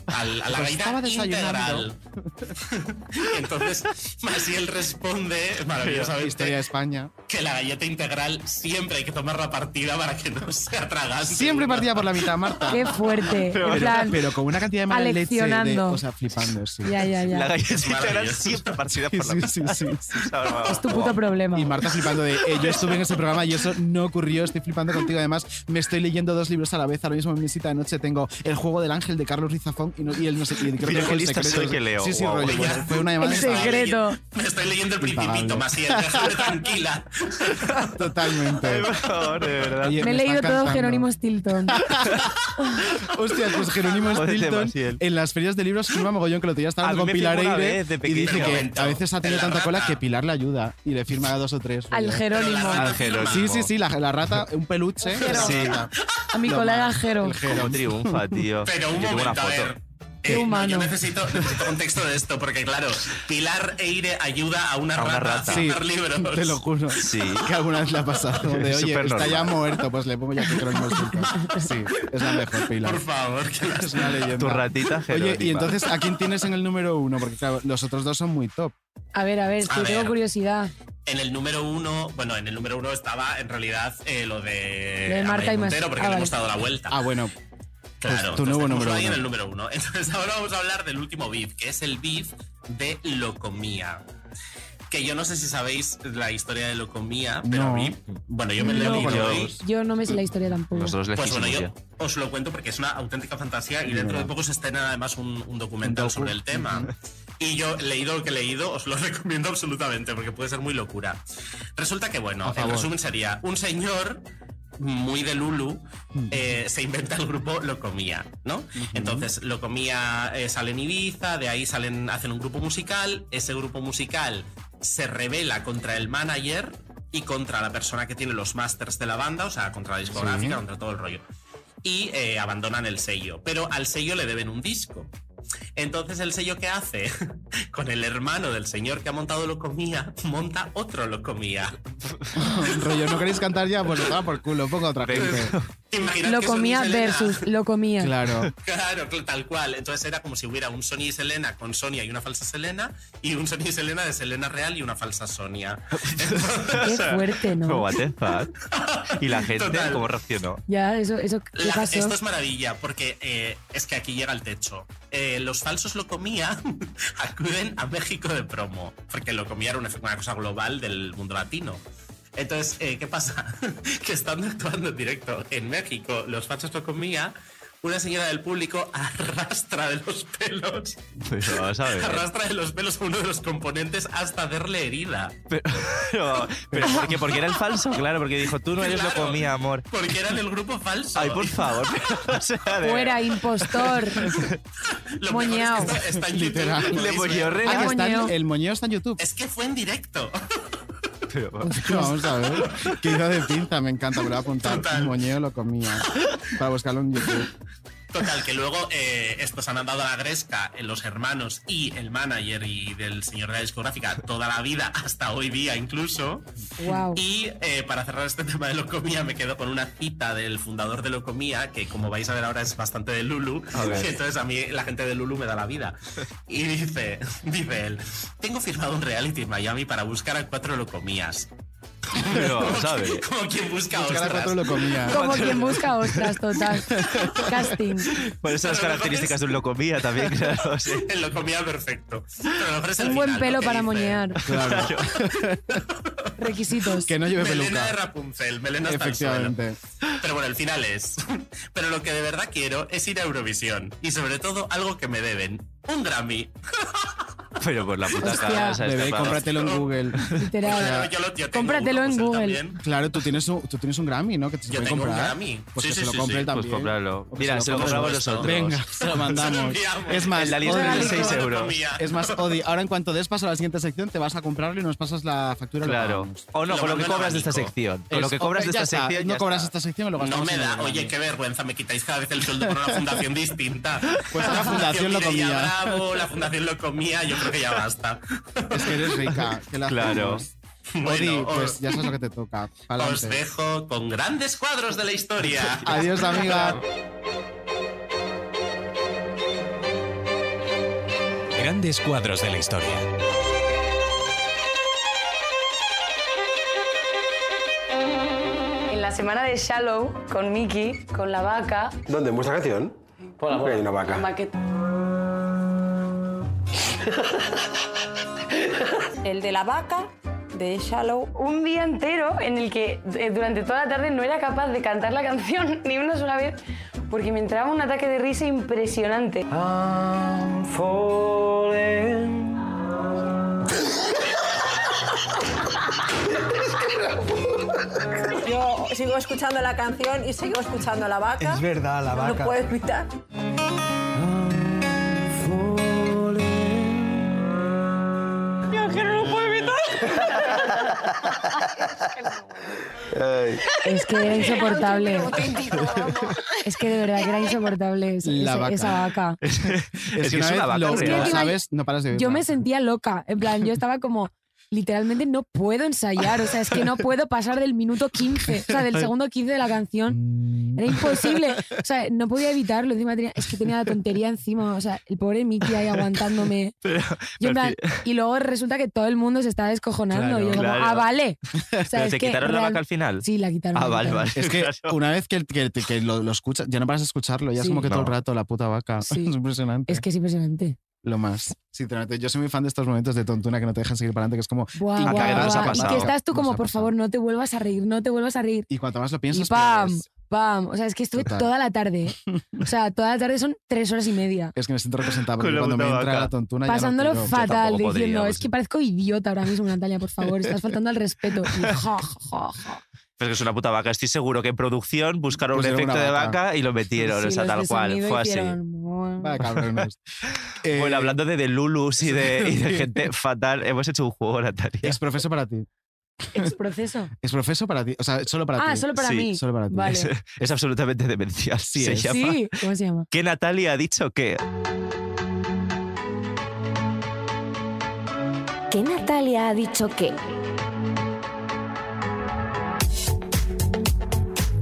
Speaker 4: Al- a la
Speaker 3: Pues estaba
Speaker 4: galleta
Speaker 3: desayunando.
Speaker 4: integral. Y entonces Maciel responde
Speaker 3: Historia de
Speaker 4: maravillosamente
Speaker 3: España.
Speaker 4: que la galleta integral siempre hay que tomarla partida para que no se atragante.
Speaker 3: Siempre
Speaker 4: una.
Speaker 3: partida por la mitad, Marta.
Speaker 8: Qué fuerte.
Speaker 3: Pero,
Speaker 8: En plan,
Speaker 3: pero con una cantidad de mala leche. De,
Speaker 8: Aleccionando.
Speaker 3: o sea, flipando, sí.
Speaker 8: ya, ya,
Speaker 13: La
Speaker 8: ya.
Speaker 13: galletita era
Speaker 4: maravilloso.
Speaker 13: siempre partida
Speaker 3: Sí,
Speaker 13: por la
Speaker 3: sí, sí, sí.
Speaker 8: Es tu puto problema.
Speaker 3: Y Marta flipando de, eh, yo estuve en ese programa y eso no ocurrió, estoy flipando contigo. Además, me estoy leyendo dos libros a la vez. Ahora mismo en mi cita de noche tengo El juego del ángel de Carlos Rizafón y, no- y el no sé qué. y creo que
Speaker 13: Mira
Speaker 3: fue
Speaker 13: qué
Speaker 3: el
Speaker 13: lista
Speaker 3: secreto.
Speaker 13: soy que leo,
Speaker 3: Sí, sí,
Speaker 13: guau.
Speaker 3: rollo,
Speaker 4: Ella-
Speaker 3: bueno, fue una
Speaker 8: El
Speaker 3: llamada de-
Speaker 8: secreto.
Speaker 4: Me estoy leyendo el
Speaker 3: Impagable.
Speaker 4: principito, Maciel, déjame tranquila.
Speaker 3: Totalmente.
Speaker 13: Por favor, de verdad.
Speaker 3: Oye,
Speaker 8: Me he
Speaker 3: está
Speaker 8: leído todo
Speaker 3: encantando.
Speaker 8: Jerónimo Stilton.
Speaker 3: Hostias, pues Jerónimo
Speaker 13: Jódete,
Speaker 3: Stilton
Speaker 13: Maciel.
Speaker 3: en las ferias de libros firma mogollón que lo
Speaker 13: A
Speaker 3: tenía estaba
Speaker 13: mí
Speaker 3: con
Speaker 13: me
Speaker 3: Pilar
Speaker 13: firmó una
Speaker 3: Eire
Speaker 13: vez de
Speaker 3: y dice
Speaker 13: pequeño.
Speaker 3: que
Speaker 4: Momento,
Speaker 3: a veces ha tenido
Speaker 4: en la
Speaker 3: tanta cola
Speaker 4: rata.
Speaker 3: que Pilar le ayuda y le firma dos o tres.
Speaker 8: Al
Speaker 3: rollo.
Speaker 8: Jerónimo.
Speaker 4: Pero la-
Speaker 13: Al Jerónimo.
Speaker 3: Sí, sí, sí, la, la rata, un peluche.
Speaker 13: Sí.
Speaker 3: la rata.
Speaker 8: A mi
Speaker 3: Lo
Speaker 8: colega
Speaker 3: más.
Speaker 8: Jero.
Speaker 3: El Jero.
Speaker 13: Cómo triunfa, tío.
Speaker 4: Pero un
Speaker 13: Yo tengo una
Speaker 4: momento, a
Speaker 13: foto.
Speaker 4: ver. Eh, no, yo necesito, necesito contexto de esto, porque claro, Pilar Eire ayuda a una,
Speaker 3: A una
Speaker 4: rata,
Speaker 3: rata.
Speaker 4: a
Speaker 3: Sí,
Speaker 4: hacer libros.
Speaker 3: Te lo juro.
Speaker 2: Sí.
Speaker 3: Que alguna vez la ha pasado. De,
Speaker 2: Es
Speaker 3: oye,
Speaker 2: súper
Speaker 3: está ya
Speaker 2: normal.
Speaker 3: muerto, pues le pongo ya que Sí, es la mejor Pilar.
Speaker 4: Por favor, que
Speaker 3: Es una leyenda.
Speaker 2: Tu ratita
Speaker 3: Oye, y
Speaker 2: Jerónima.
Speaker 3: entonces, ¿a quién tienes en el número uno? Porque claro, los otros dos son muy top.
Speaker 8: A ver, a ver,
Speaker 4: A
Speaker 8: yo tengo
Speaker 4: ver.
Speaker 8: curiosidad.
Speaker 4: En el número uno, bueno, en el número uno estaba en realidad eh, lo de,
Speaker 8: Lo de Marta
Speaker 4: Amaya
Speaker 8: y Mas-
Speaker 4: Montero, porque
Speaker 8: ah,
Speaker 4: le
Speaker 8: vale.
Speaker 4: hemos dado la vuelta.
Speaker 3: Ah, bueno.
Speaker 4: Claro,
Speaker 3: tu
Speaker 4: entonces
Speaker 3: nuevo
Speaker 4: tenemos
Speaker 3: número
Speaker 4: uno ahí en
Speaker 3: uno.
Speaker 4: el número uno. Entonces ahora vamos a hablar del último beef, que es el beef de Locomía. Que yo no sé si sabéis la historia de Locomía, pero
Speaker 3: No.
Speaker 4: a mí, bueno, yo me lo
Speaker 8: No,
Speaker 4: he leído hoy.
Speaker 8: Yo no me sé la historia tampoco.
Speaker 4: Pues bueno, yo os lo cuento porque es una auténtica fantasía y
Speaker 3: Es
Speaker 4: dentro de
Speaker 3: verdad.
Speaker 4: poco se estrena además un, un documental sobre el tema. Y yo he leído lo que he leído, os lo recomiendo absolutamente porque puede ser muy locura. Resulta que, bueno,
Speaker 3: A
Speaker 4: en
Speaker 3: favor.
Speaker 4: resumen sería un señor muy de Lulu eh, se inventa el grupo Locomía, ¿no? Entonces Locomía eh, sale en Ibiza, de ahí salen, hacen un grupo musical, ese grupo musical se revela contra el manager y contra la persona que tiene los masters de la banda, o sea, contra la discográfica,
Speaker 3: Sí.
Speaker 4: contra todo el rollo. Y eh, abandonan el sello, pero al sello le deben un disco. Entonces el sello que hace con el hermano del señor que ha montado Locomía, monta otro Locomía.
Speaker 3: Rollo, ¿no queréis cantar ya? Pues ah, por culo, pongo a otra gente.
Speaker 4: Imaginad
Speaker 8: Lo
Speaker 4: que son
Speaker 8: comía
Speaker 4: Selena.
Speaker 8: versus lo comía.
Speaker 3: Claro.
Speaker 4: Claro, cl- tal cual. Entonces era como si hubiera un Sony y Selena con Sonia y una falsa Selena y un Sony y Selena de Selena real y una falsa Sonia.
Speaker 8: Qué fuerte,
Speaker 2: Pero,
Speaker 8: ¿no?
Speaker 2: what the fuck? ¿Y la gente
Speaker 4: Total.
Speaker 2: cómo reaccionó?
Speaker 8: Ya, eso, eso ¿qué
Speaker 4: La-
Speaker 8: pasó?
Speaker 4: esto es maravilla porque eh, es que aquí llega el techo. Eh, los falsos lo comía acuden a México de promo porque lo comía era una, una cosa global del mundo latino. Entonces, eh, ¿qué pasa? que estando actuando en directo en México, los falsos lo comía. Una señora del público arrastra de los pelos,
Speaker 2: Pero vamos a ver.
Speaker 4: arrastra de los pelos a uno de los componentes hasta hacerle herida.
Speaker 2: Pero, pero porque, porque era el falso, claro, porque dijo, tú no eres
Speaker 4: Claro.
Speaker 2: lo comía, amor.
Speaker 4: Porque era del grupo falso.
Speaker 2: Ay, por favor. pero, o sea, de-
Speaker 8: Fuera, impostor.
Speaker 4: Lo mejor es que
Speaker 8: moñao.
Speaker 4: está, está en YouTube,
Speaker 3: Literal.
Speaker 4: lo
Speaker 2: Le
Speaker 4: podéis
Speaker 2: moñó
Speaker 4: ver.
Speaker 2: re-
Speaker 3: Ah, que está en-
Speaker 8: moñeo.
Speaker 3: el moñeo está en YouTube.
Speaker 4: Es que fue en directo.
Speaker 2: pero-
Speaker 3: Vamos a ver. Qué hizo de pinza, me encanta, me lo voy a apuntar.
Speaker 4: Total.
Speaker 3: Moñeo lo comía. Para buscarlo en YouTube.
Speaker 4: Total, que luego eh, estos han andado a la gresca eh, los hermanos y el manager y del señor de la discográfica toda la vida, hasta hoy día incluso.
Speaker 8: wow.
Speaker 4: Y eh, para cerrar este tema de Locomía, me quedo con una cita del fundador de Locomía, que como vais a ver ahora es bastante de Lulu.
Speaker 2: A ver.
Speaker 4: Entonces a mí la gente de Lulu me da la vida. Y dice, dice él, tengo firmado un reality en Miami para buscar a cuatro Locomías.
Speaker 2: pero, vamos a ver.
Speaker 4: Como quien
Speaker 3: Buscar
Speaker 4: busca
Speaker 3: a
Speaker 4: ostras.
Speaker 3: cuatro lo comía.
Speaker 8: Como quien busca ostras, total. Casting.
Speaker 2: Por eso las
Speaker 4: Pero lo mejor
Speaker 2: características
Speaker 4: es-
Speaker 2: de un locomía también, claro. sí.
Speaker 4: En Locomía perfecto. Pero a lo mejor es el
Speaker 8: Un buen
Speaker 4: final, lo
Speaker 8: pelo
Speaker 4: que
Speaker 8: para
Speaker 4: dice.
Speaker 8: moñear.
Speaker 3: Claro.
Speaker 8: Requisitos.
Speaker 3: Que no lleve
Speaker 4: Melena de
Speaker 3: peluca.
Speaker 4: Rapunzel, melena hasta el suelo.
Speaker 3: Efectivamente.
Speaker 4: Pero bueno, el final es. Pero lo que de verdad quiero es ir a Eurovisión. Y sobre todo, algo que me deben: un Grammy.
Speaker 2: Pero por la puta
Speaker 8: Hostia.
Speaker 2: cara. o sea,
Speaker 3: Bebé,
Speaker 2: está para-
Speaker 3: cómpratelo en Google.
Speaker 8: Literal.
Speaker 4: Claro, yo lo- yo tengo
Speaker 8: cómpratelo
Speaker 4: uno,
Speaker 8: en
Speaker 4: pues él
Speaker 8: Google.
Speaker 4: también.
Speaker 3: Claro, tú tienes un, tú tienes un Grammy, ¿no? Que te se
Speaker 4: Yo
Speaker 3: puede
Speaker 4: tengo un
Speaker 3: comprar.
Speaker 4: Grammy.
Speaker 3: Pues
Speaker 4: Sí,
Speaker 3: que
Speaker 4: sí,
Speaker 3: se lo
Speaker 4: sí,
Speaker 3: compre
Speaker 4: sí.
Speaker 3: él también.
Speaker 2: Pues cómpralo.
Speaker 3: O que
Speaker 2: Mira, se lo
Speaker 3: compre.
Speaker 2: compramos
Speaker 4: nosotros.
Speaker 2: nosotros.
Speaker 3: Venga, se lo
Speaker 4: Se lo
Speaker 3: mandamos.
Speaker 4: enviamos.
Speaker 3: Es más,
Speaker 2: En la lista
Speaker 3: Odi-
Speaker 2: de
Speaker 4: Regalo
Speaker 2: 6
Speaker 4: para
Speaker 2: euros.
Speaker 4: Locomía.
Speaker 3: Es más, Odi, ahora en cuanto des paso a la siguiente sección, te vas a comprarlo y nos pasas la factura. y lo
Speaker 2: Claro.
Speaker 3: pagamos.
Speaker 2: O no,
Speaker 4: Lo
Speaker 2: con lo que
Speaker 4: mando en
Speaker 2: cobras de esta
Speaker 4: abanico.
Speaker 2: sección. Con lo
Speaker 3: Es-
Speaker 2: que cobras de
Speaker 3: ya
Speaker 2: esta
Speaker 3: está,
Speaker 2: sección.
Speaker 3: No
Speaker 2: ya
Speaker 3: cobras
Speaker 2: está.
Speaker 3: esta sección y lo
Speaker 4: No
Speaker 3: gastamos
Speaker 4: me
Speaker 3: en el
Speaker 4: da,
Speaker 3: Grammy.
Speaker 4: oye, qué vergüenza, me quitáis cada vez el sueldo por una fundación distinta.
Speaker 3: Pues
Speaker 4: la
Speaker 3: la fundación lo
Speaker 4: Mireia
Speaker 3: comía.
Speaker 4: Bravo, la fundación lo comía, yo creo que ya basta.
Speaker 3: Es que eres rica. ¿qué le
Speaker 2: Claro.
Speaker 3: hacemos?
Speaker 4: Bueno,
Speaker 3: Odi, pues
Speaker 4: os-
Speaker 3: ya sabes lo que te toca.
Speaker 4: os
Speaker 3: Pa'lante.
Speaker 4: dejo con grandes cuadros de la historia.
Speaker 3: Adiós, amiga.
Speaker 14: Grandes cuadros de la historia.
Speaker 5: En la semana de Shallow, con Mickey, con la vaca,
Speaker 15: ¿Dónde? ¿En vuestra canción? Porque hay una vaca.
Speaker 5: El de la vaca, de Shallow. Un día entero en el que eh, durante toda la tarde no era capaz de cantar la canción ni una sola vez porque me entraba un ataque de risa impresionante.
Speaker 10: Yo sigo escuchando la canción y sigo escuchando la vaca.
Speaker 15: Es verdad, la
Speaker 10: No
Speaker 15: vaca.
Speaker 10: puedo evitar.
Speaker 15: Yo
Speaker 8: Es que era insoportable.
Speaker 16: auténtico,
Speaker 8: Es que de verdad que era insoportable esa,
Speaker 3: La
Speaker 8: esa-
Speaker 3: vaca.
Speaker 8: esa vaca.
Speaker 3: Es que una vez lo
Speaker 8: Es que encima
Speaker 3: sabes, no paras de
Speaker 8: Yo
Speaker 3: oírla.
Speaker 8: me sentía loca. En plan, yo estaba como, literalmente no puedo ensayar. O sea, es que no puedo pasar del minuto 15, o sea, del segundo 15 de la canción. Era imposible. O sea, no podía evitarlo. Encima tenía- es que tenía la tontería encima. O sea, el pobre Mickey ahí aguantándome.
Speaker 13: Pero,
Speaker 8: Yo
Speaker 13: pero
Speaker 8: en plan- y luego resulta que todo el mundo se está descojonando.
Speaker 13: Claro,
Speaker 8: y yo como,
Speaker 13: claro.
Speaker 8: ah, vale. O sea,
Speaker 13: ¿Pero
Speaker 8: es
Speaker 13: te
Speaker 8: que
Speaker 13: quitaron la
Speaker 8: real-
Speaker 13: vaca al final?
Speaker 8: Sí, la quitaron.
Speaker 13: Ah,
Speaker 8: la
Speaker 13: vale,
Speaker 8: quitaron.
Speaker 13: vale.
Speaker 3: Es que una vez que, que- que lo, lo escuchas, ya no paras de escucharlo, ya es
Speaker 8: Sí.
Speaker 3: como que todo el
Speaker 8: No.
Speaker 3: rato la puta vaca.
Speaker 8: Sí.
Speaker 3: Es impresionante.
Speaker 8: Es que es impresionante.
Speaker 3: Lo más. Sinceramente, yo soy muy fan de estos momentos de tontuna que no te dejan seguir para adelante, que es como.
Speaker 8: Buah,
Speaker 3: "Igual
Speaker 8: guau,
Speaker 3: nos ha
Speaker 8: guau. Y
Speaker 3: pasado".
Speaker 8: que estás tú
Speaker 3: Nos
Speaker 8: como,
Speaker 3: ha
Speaker 8: por favor, no te vuelvas a reír, no te vuelvas a reír.
Speaker 3: Y cuanto más lo
Speaker 8: Y
Speaker 3: piensas,
Speaker 8: pam,
Speaker 3: peor es.
Speaker 8: pam. O sea, es que estuve
Speaker 3: Total.
Speaker 8: toda la tarde. ¿eh? O sea, toda la tarde son tres horas y media.
Speaker 3: es que me siento representado
Speaker 13: Con
Speaker 3: porque
Speaker 13: la
Speaker 3: cuando me
Speaker 13: puta
Speaker 3: entra
Speaker 13: vaca.
Speaker 3: la tontuna. ya no
Speaker 8: Pasándolo
Speaker 3: quiero.
Speaker 8: fatal, diciendo,
Speaker 13: podría,
Speaker 8: es que parezco idiota ahora mismo, Natalia, por favor, estás faltando al respeto. Y ja, ja, ja.
Speaker 13: Pero es que es una puta vaca. Estoy seguro que en producción buscaron un
Speaker 3: Pusieron una
Speaker 13: efecto de
Speaker 3: vaca.
Speaker 13: vaca y lo metieron.
Speaker 8: Sí,
Speaker 13: o sea,
Speaker 8: los
Speaker 13: tal
Speaker 8: de
Speaker 13: cual.
Speaker 8: sonido
Speaker 13: Fue así.
Speaker 8: hicieron, "Buah".
Speaker 3: Vaya cabrones.
Speaker 13: Bueno, hablando de, de Lulus y de, y de
Speaker 3: Eh, sí.
Speaker 13: gente fatal, hemos hecho un juego, Natalia.
Speaker 3: Es profeso para ti.
Speaker 8: Ex proceso.
Speaker 3: Es profeso para ti. O sea, solo para ti.
Speaker 8: Ah, solo para
Speaker 13: Sí,
Speaker 8: mí.
Speaker 3: solo para ti.
Speaker 8: Vale.
Speaker 13: Es, es absolutamente demencial. Sí, se
Speaker 3: es.
Speaker 13: llama.
Speaker 8: Sí, ¿cómo se llama?
Speaker 13: ¿Qué Natalia ha dicho que?
Speaker 9: ¿Qué Natalia ha dicho que?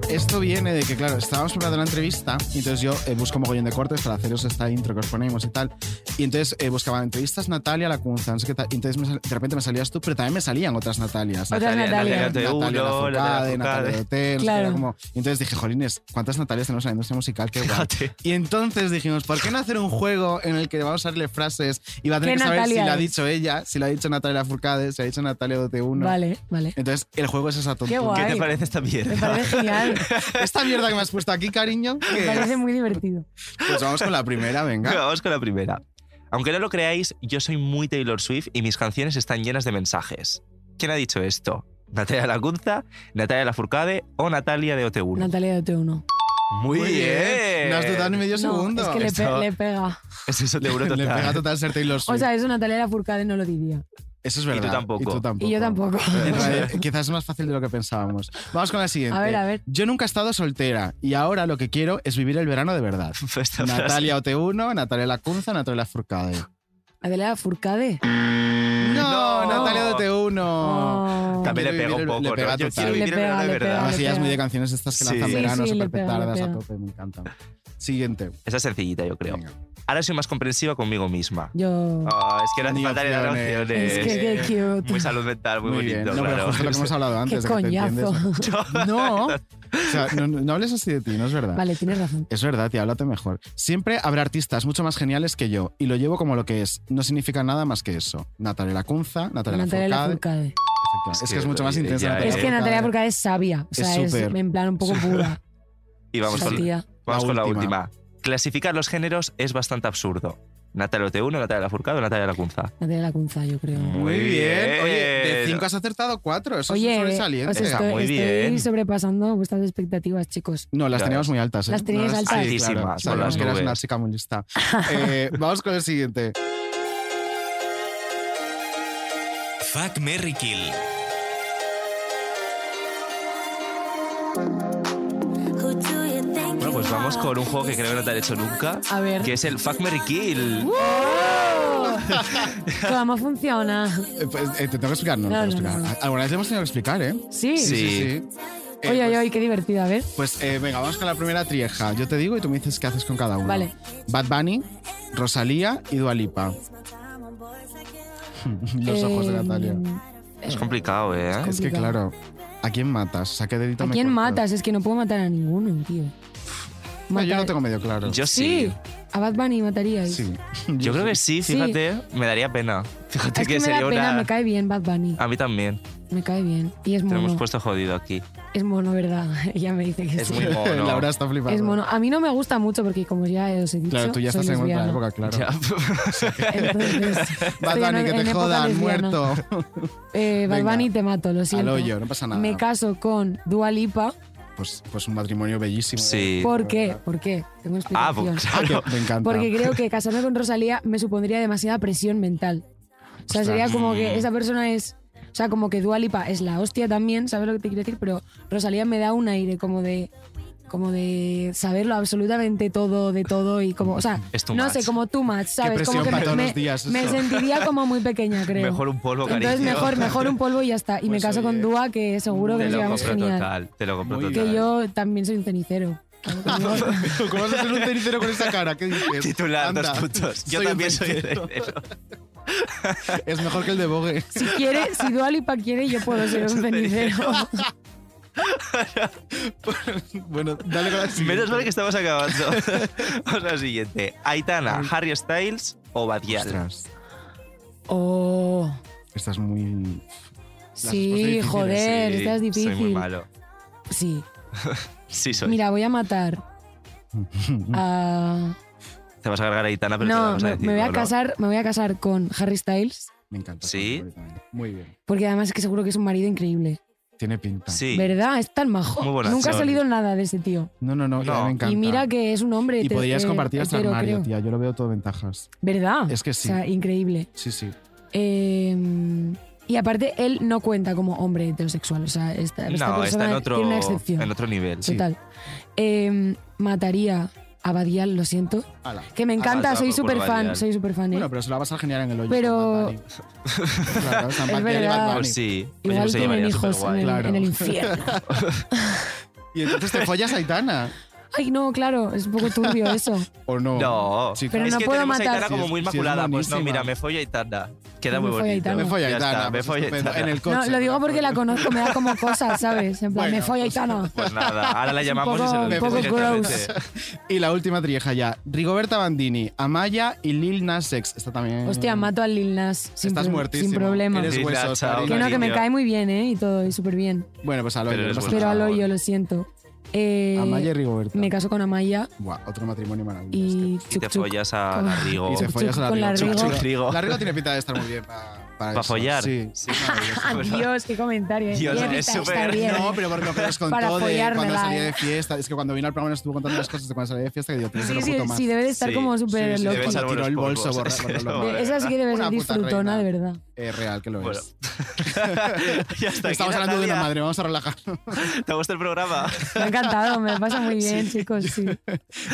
Speaker 3: Esto viene de que, claro, estábamos preparando la entrevista y entonces yo eh, busco un mogollón de cortes para haceros esta intro que os ponemos y tal. Y entonces eh, buscaba entrevistas Natalia Lacunza, no sé qué tal. Y entonces me sal- de repente me salías tú, pero también me salían otras Natalias.
Speaker 8: Otras Natalia.
Speaker 13: Natalia de
Speaker 3: Natalia
Speaker 13: Uno, la de
Speaker 3: Lafourcade, Natalia de
Speaker 13: Lafourcade.
Speaker 3: Hotel, no sé qué,
Speaker 8: Claro.
Speaker 3: era como... Y entonces dije, jolines, ¿cuántas Natalias tenemos en la industria musical? Qué guay.
Speaker 13: Fíjate.
Speaker 3: Y entonces dijimos, ¿por qué no hacer un juego en el que vamos a darle frases y va a tener
Speaker 8: ¿Qué
Speaker 3: que saber
Speaker 8: Natalia
Speaker 3: si la ha
Speaker 8: es?
Speaker 3: dicho ella, si la ha dicho Natalia Lafourcade, si la ha dicho Natalia de T1?
Speaker 8: Vale, vale.
Speaker 3: Entonces, el juego es esa tontería.
Speaker 8: guay.
Speaker 13: ¿Qué te parece esta mierda?
Speaker 8: Me parece genial,
Speaker 3: Esta mierda que me has puesto aquí, cariño. ¿qué
Speaker 8: me
Speaker 3: es?
Speaker 8: parece muy divertido.
Speaker 3: Pues vamos con la primera, venga.
Speaker 13: Vamos con la primera. Aunque no lo creáis, yo soy muy Taylor Swift y mis canciones están llenas de mensajes. ¿Quién ha dicho esto? ¿Natalia Lacunza, Natalia Lafourcade o Natalia de OT1?
Speaker 8: Natalia de T1.
Speaker 13: Muy, bien.
Speaker 3: No has dudado ni medio segundo.
Speaker 8: es que le, pe-
Speaker 13: Esto-
Speaker 8: le pega.
Speaker 13: Es eso de Euro
Speaker 3: Le
Speaker 13: total.
Speaker 3: pega total ser Taylor Swift.
Speaker 8: O sea, eso Natalia Lafourcade no lo diría.
Speaker 3: Eso es verdad.
Speaker 13: tampoco.
Speaker 3: Y tú tampoco.
Speaker 8: Y yo tampoco.
Speaker 3: En realidad, Quizás es más fácil de lo que pensábamos. Vamos con la siguiente.
Speaker 8: A ver, a ver.
Speaker 3: Yo nunca he estado soltera y ahora lo que quiero es vivir el verano de verdad.
Speaker 13: Esta frase.
Speaker 3: Natalia Ote1, Natalia Lacunza, Natalia Furcade.
Speaker 8: Adela Furcade.
Speaker 3: No,
Speaker 13: No.
Speaker 3: Natalia Ote1.
Speaker 8: Oh.
Speaker 13: También le
Speaker 3: Quiero
Speaker 13: pega un
Speaker 3: vivir el-
Speaker 13: poco,
Speaker 3: le pega
Speaker 13: ¿no? Yo
Speaker 3: total.
Speaker 13: quiero
Speaker 8: Le
Speaker 13: vivir el
Speaker 8: pega,
Speaker 13: verano de
Speaker 8: le pega,
Speaker 13: verdad.
Speaker 3: Además,
Speaker 8: le
Speaker 3: ella Ah, es
Speaker 8: pega.
Speaker 3: muy de canciones estas que
Speaker 13: Sí.
Speaker 3: lanzan
Speaker 13: Sí,
Speaker 3: verano,
Speaker 8: sí,
Speaker 3: súper
Speaker 8: le pega, le
Speaker 3: petardas a
Speaker 8: pega.
Speaker 3: tope, me encantan. Siguiente.
Speaker 13: Esa es sencillita, yo creo.
Speaker 3: Venga.
Speaker 13: Ahora soy más comprensiva conmigo misma.
Speaker 8: Yo.
Speaker 3: Oh,
Speaker 13: Ah, es que no hace
Speaker 3: Ni
Speaker 13: falta ni dar
Speaker 3: opciones.
Speaker 13: opciones.
Speaker 8: Es que qué cute.
Speaker 13: Muy salud mental, muy,
Speaker 3: bien.
Speaker 13: bonito,
Speaker 3: No, pero
Speaker 13: claro.
Speaker 3: justo lo que hemos hablado
Speaker 8: Qué
Speaker 3: antes. de que te
Speaker 8: coñazo.
Speaker 3: entiendes. No, o sea, no, no hables así de ti, no es verdad.
Speaker 8: Vale, tienes razón.
Speaker 3: Es verdad, tía, háblate mejor. Siempre habrá artistas mucho más geniales que yo y lo llevo como lo que es. No significa nada más que eso. Natalia Lacunza, Natalia
Speaker 8: Natalia
Speaker 3: Lafourcade.
Speaker 8: Lafourcade.
Speaker 3: Efectivamente. Es, que es mucho más
Speaker 13: ella
Speaker 3: intensa.
Speaker 13: es-
Speaker 8: Es que Natalia Furcade es sabia. O sea, es,
Speaker 3: súper.
Speaker 8: en plan un poco pura.
Speaker 13: Y vamos,
Speaker 8: Esa
Speaker 13: con,
Speaker 8: tía.
Speaker 13: vamos
Speaker 3: La
Speaker 13: con la
Speaker 3: última.
Speaker 13: última. Clasificar los géneros es bastante absurdo. Natalia T1, Natalia Lafourcade o Natalia Lacunza.
Speaker 8: Natalia Lacunza, yo creo.
Speaker 3: Muy bien. Oye, de
Speaker 13: Bien.
Speaker 3: cinco has acertado cuatro. Mm. Eso es
Speaker 8: Oye,
Speaker 3: un
Speaker 8: os
Speaker 3: sobresaliente.
Speaker 13: Está
Speaker 8: estoy,
Speaker 13: muy
Speaker 8: estoy
Speaker 13: bien.
Speaker 8: sobrepasando vuestras expectativas, chicos.
Speaker 3: No, las
Speaker 13: Claro.
Speaker 3: teníamos muy altas. ¿eh?
Speaker 8: Las teníais
Speaker 3: No,
Speaker 8: altas.
Speaker 3: sí,
Speaker 13: Altísimas,
Speaker 3: claro.
Speaker 13: por
Speaker 3: Sabíamos
Speaker 13: las
Speaker 3: que eras
Speaker 13: nubes.
Speaker 3: una chica muy lista. Eh, vamos con el siguiente. Eh,
Speaker 17: Fuck Mary Kill.
Speaker 13: Bueno, pues vamos con un juego que creo que no te han hecho nunca.
Speaker 8: A ver. ¡Oh!
Speaker 13: Que es el Fuck Mary Kill.
Speaker 8: ¿Cómo funciona?
Speaker 3: Eh, pues, eh, te tengo que explicar, no,
Speaker 8: No,
Speaker 3: te tengo que
Speaker 8: no,
Speaker 3: explicar. Ah, Alguna vez hemos tenido que explicar, ¿eh?
Speaker 8: Sí.
Speaker 13: Sí.
Speaker 3: sí. Eh,
Speaker 8: Oye,
Speaker 3: pues-
Speaker 8: oye, oye, qué divertido. A ver.
Speaker 3: Pues eh, venga, vamos con la primera trieja. Yo te digo y tú me dices qué haces con cada uno.
Speaker 8: Vale.
Speaker 3: Bad Bunny, Rosalía y Dualipa. Los ojos de
Speaker 8: Eh,
Speaker 3: Natalia.
Speaker 13: Es complicado, ¿eh?
Speaker 3: Es que
Speaker 8: complicado.
Speaker 3: claro, ¿a quién matas? O sea, ¿qué delito
Speaker 8: ¿A
Speaker 3: me
Speaker 8: quién
Speaker 3: corto?
Speaker 8: matas? Es que no puedo matar a ninguno, tío.
Speaker 3: No, yo
Speaker 8: Matar-
Speaker 3: lo tengo medio claro.
Speaker 13: Yo sí.
Speaker 8: Sí. A Bad Bunny mataríais.
Speaker 3: Sí.
Speaker 13: Yo creo que sí,
Speaker 8: Sí.
Speaker 13: fíjate. Me daría pena. Fíjate
Speaker 8: Es que, me
Speaker 13: sería
Speaker 8: da pena,
Speaker 13: una.
Speaker 8: me cae bien Bad Bunny.
Speaker 13: A mí también.
Speaker 8: Me cae bien. Y es
Speaker 13: Te lo hemos
Speaker 8: mono.
Speaker 13: puesto jodido aquí.
Speaker 8: Es mono, ¿verdad? Ella me dice que
Speaker 13: pues Es
Speaker 8: sí.
Speaker 13: muy mono.
Speaker 3: Laura está flipando.
Speaker 8: Es mono. A mí no me gusta mucho porque, como ya os he dicho,
Speaker 3: Claro, tú ya
Speaker 8: soy
Speaker 3: estás en otra
Speaker 8: lesbiana.
Speaker 3: época, claro.
Speaker 13: Ya.
Speaker 8: Entonces, estoy
Speaker 3: Bad Bunny,
Speaker 8: en- e-
Speaker 3: que
Speaker 8: en
Speaker 3: te
Speaker 8: época
Speaker 3: jodan,
Speaker 8: lesbiana.
Speaker 3: muerto.
Speaker 8: Eh, Bad
Speaker 3: Venga.
Speaker 8: Bunny te mato, lo siento.
Speaker 3: Al hoyo, no pasa nada.
Speaker 8: Me caso con Dua Lipa.
Speaker 3: Pues, pues un matrimonio bellísimo.
Speaker 13: Sí.
Speaker 8: ¿Por qué? ¿Por qué? Tengo
Speaker 13: Ah,
Speaker 8: explicación.
Speaker 13: pues
Speaker 3: Ah, que
Speaker 13: claro.
Speaker 3: me encanta.
Speaker 8: Porque creo que casarme con Rosalía me supondría demasiada presión mental. O sea,
Speaker 3: Ostras.
Speaker 13: Mm.
Speaker 8: sería como que esa persona es. O sea, como que Dualipa es la hostia también, ¿sabes lo que te quiero decir? Pero Rosalía me da un aire como de como de saberlo absolutamente todo de todo y como, o sea,
Speaker 13: Es too
Speaker 8: no
Speaker 13: much.
Speaker 8: sé, como too much, ¿sabes?
Speaker 13: presión
Speaker 8: Como que
Speaker 13: para
Speaker 8: me,
Speaker 13: todos
Speaker 8: me-
Speaker 13: los días
Speaker 8: me
Speaker 13: eso.
Speaker 8: sentiría como muy pequeña, creo.
Speaker 13: Mejor un polvo, cariño. Pues
Speaker 8: Entonces mejor, mejor un polvo y ya está. Y me caso con Dua, que seguro
Speaker 13: Te
Speaker 8: que nos
Speaker 13: lo
Speaker 8: llevamos
Speaker 13: compro
Speaker 8: genial.
Speaker 13: total, te lo compro total.
Speaker 8: Que yo también soy un cenicero.
Speaker 3: ¿Cómo vas a hacer un cenicero con esa cara? ¿Qué dices?
Speaker 13: Titular,
Speaker 3: Anda,
Speaker 13: dos puntos. Yo
Speaker 3: soy un
Speaker 13: también soy
Speaker 3: cenicero.
Speaker 13: de cero.
Speaker 3: Es mejor que el de Vogue.
Speaker 8: Si quiere, si Dualipa quiere, yo puedo ser un cenicero.
Speaker 3: Bueno, dale con la siguiente.
Speaker 13: Menos mal que estamos acabando. Vamos a la siguiente. Aitana, Harry Styles o Badial.
Speaker 3: Ostras,
Speaker 8: Oh,
Speaker 3: esta es muy...
Speaker 8: Sí, joder, Eh, esta es
Speaker 13: Soy muy
Speaker 8: difícil.
Speaker 13: malo.
Speaker 8: sí.
Speaker 13: Sí, soy.
Speaker 8: Mira, voy a matar Ah. a...
Speaker 13: Te vas a cargar a Aitana, pero te lo
Speaker 8: No,
Speaker 13: vamos a
Speaker 8: me,
Speaker 13: decir.
Speaker 8: me voy a
Speaker 13: ¿no?
Speaker 8: casar, me voy a casar con Harry Styles,
Speaker 3: Me encanta.
Speaker 13: Sí.
Speaker 3: Muy bien.
Speaker 8: porque además es que seguro que es un marido increíble.
Speaker 3: Tiene pinta.
Speaker 13: Sí.
Speaker 8: ¿Verdad? Es tan majo.
Speaker 3: Muy buena
Speaker 8: Nunca ha
Speaker 3: acción.
Speaker 8: salido nada de ese tío.
Speaker 3: No, no, no, ya me encanta.
Speaker 8: Y mira que es un hombre.
Speaker 3: Y
Speaker 8: te-
Speaker 3: podrías
Speaker 8: eh,
Speaker 3: compartir hasta
Speaker 8: hetero,
Speaker 3: armario,
Speaker 8: creo.
Speaker 3: tía. Yo lo veo todo ventajas.
Speaker 8: ¿Verdad?
Speaker 3: Es que sí.
Speaker 8: O sea, increíble.
Speaker 3: Sí, sí.
Speaker 8: Eh, y aparte, él no cuenta como hombre heterosexual. O sea, esta, esta
Speaker 13: No,
Speaker 8: persona
Speaker 13: está en otro,
Speaker 8: tiene una excepción.
Speaker 13: en otro nivel.
Speaker 8: Total. Eh, mataría a Badial, lo siento.
Speaker 3: Ala.
Speaker 8: Que
Speaker 13: Ah,
Speaker 8: me encanta, soy súper fan. Soy ¿eh? súper fan.
Speaker 3: Bueno, pero se la vas a generar en el hoyo.
Speaker 8: Pero
Speaker 3: Claro, San Patricio y
Speaker 8: Es
Speaker 3: Bad
Speaker 8: verdad.
Speaker 3: Bunny.
Speaker 13: Pues sí. Oye,
Speaker 8: igual
Speaker 13: pues se
Speaker 8: tienen
Speaker 13: llevaría
Speaker 8: hijos en
Speaker 13: superguay.
Speaker 8: el, en el infierno.
Speaker 3: Y entonces te follas a Aitana.
Speaker 8: Ay, no, claro, es un poco turbio eso.
Speaker 3: ¿O no?
Speaker 13: No,
Speaker 3: Sí,
Speaker 8: Pero
Speaker 13: es
Speaker 8: no
Speaker 13: que
Speaker 8: puedo
Speaker 13: tenemos a
Speaker 8: matar.
Speaker 13: Aitana como muy
Speaker 3: Sí, es- sí, es
Speaker 13: inmaculada. pues no,
Speaker 3: buenísima.
Speaker 13: mira, me follo a Aitana. Queda
Speaker 8: Me
Speaker 13: muy
Speaker 8: follo a
Speaker 13: bonito.
Speaker 8: Aitana. Me
Speaker 3: follo a
Speaker 13: Ya
Speaker 3: Aitana,
Speaker 13: está, me
Speaker 3: pues
Speaker 13: follo a
Speaker 3: estupendo.
Speaker 13: Aitana.
Speaker 3: En el coche.
Speaker 8: No, lo digo porque la conozco, me da como cosas, ¿sabes? En plan,
Speaker 3: Bueno,
Speaker 8: me folla Aitana.
Speaker 13: Pues nada, ahora la
Speaker 8: Es un
Speaker 13: llamamos y se lo
Speaker 8: poco-
Speaker 13: dices
Speaker 8: poco
Speaker 13: directamente.
Speaker 3: Y la última trieja ya. Rigoberta Bandini, Amaya y Lil Nas X. Esta también...
Speaker 8: Hostia, mato al Lil Nas. Sin
Speaker 3: Pues, mm, Estás
Speaker 8: pro-
Speaker 3: muertísimo.
Speaker 8: Sin problema.
Speaker 3: Eres
Speaker 13: Lil Nas,
Speaker 3: huesos,
Speaker 13: chao,
Speaker 3: cariño.
Speaker 8: Que no, que me
Speaker 13: cariño.
Speaker 8: cae muy bien, ¿eh? Y todo, y súper bien.
Speaker 3: Bueno, pues al hoyo.
Speaker 13: Pero
Speaker 3: no
Speaker 13: eres
Speaker 3: pasa
Speaker 13: huesos.
Speaker 8: Pero al
Speaker 13: favor.
Speaker 8: hoyo, lo siento.
Speaker 3: nada.
Speaker 8: Eh,
Speaker 3: Amaya y Rigoberta.
Speaker 8: me caso con Amaya
Speaker 3: Buah, otro matrimonio maravilloso.
Speaker 8: y
Speaker 13: Y te
Speaker 8: Chuc Chuc.
Speaker 13: follas a la Rigo.
Speaker 3: Y se
Speaker 8: Chuc,
Speaker 3: follas a la
Speaker 8: con la
Speaker 3: Rigo.
Speaker 8: Rigo.
Speaker 3: Chuc, chuc,
Speaker 13: Rigo.
Speaker 3: La Rigo tiene pinta de estar muy bien pa- para
Speaker 13: ¿Para
Speaker 3: eso.
Speaker 13: follar?
Speaker 3: Sí.
Speaker 13: Sí.
Speaker 8: Dios, qué comentario. ¿eh?
Speaker 13: Dios,
Speaker 8: Bien,
Speaker 13: es
Speaker 8: está- está
Speaker 13: súper-
Speaker 8: bien.
Speaker 3: No, pero porque me los
Speaker 8: Para
Speaker 3: contó de
Speaker 8: follármela,
Speaker 3: cuando salía
Speaker 8: eh.
Speaker 3: de fiesta. Es que cuando vino al programa nos estuvo contando las cosas de cuando salía de fiesta que digo, pero
Speaker 8: Sí,
Speaker 3: lo
Speaker 8: sí,
Speaker 3: puto más.
Speaker 8: sí, debe de estar
Speaker 13: Sí,
Speaker 8: como súper
Speaker 3: sí,
Speaker 8: loco.
Speaker 3: debe
Speaker 13: Deben
Speaker 3: ser
Speaker 13: ser
Speaker 3: tiró el
Speaker 13: buenos
Speaker 3: bolso,
Speaker 13: polvos.
Speaker 3: borra- borra-
Speaker 13: Sí,
Speaker 3: borra.
Speaker 8: De- Esa sí que debe
Speaker 3: Una
Speaker 8: ser
Speaker 3: puta
Speaker 8: disfrutona, de
Speaker 3: reina.
Speaker 8: verdad.
Speaker 3: Es real que lo
Speaker 13: Bueno.
Speaker 3: es.
Speaker 13: Ya está,
Speaker 3: Estamos
Speaker 13: aquí,
Speaker 3: hablando de una
Speaker 13: Natalia.
Speaker 3: madre, vamos a relajarnos.
Speaker 13: ¿Te gusta el programa?
Speaker 8: Me ha encantado, me pasa muy bien, chicos. Sí.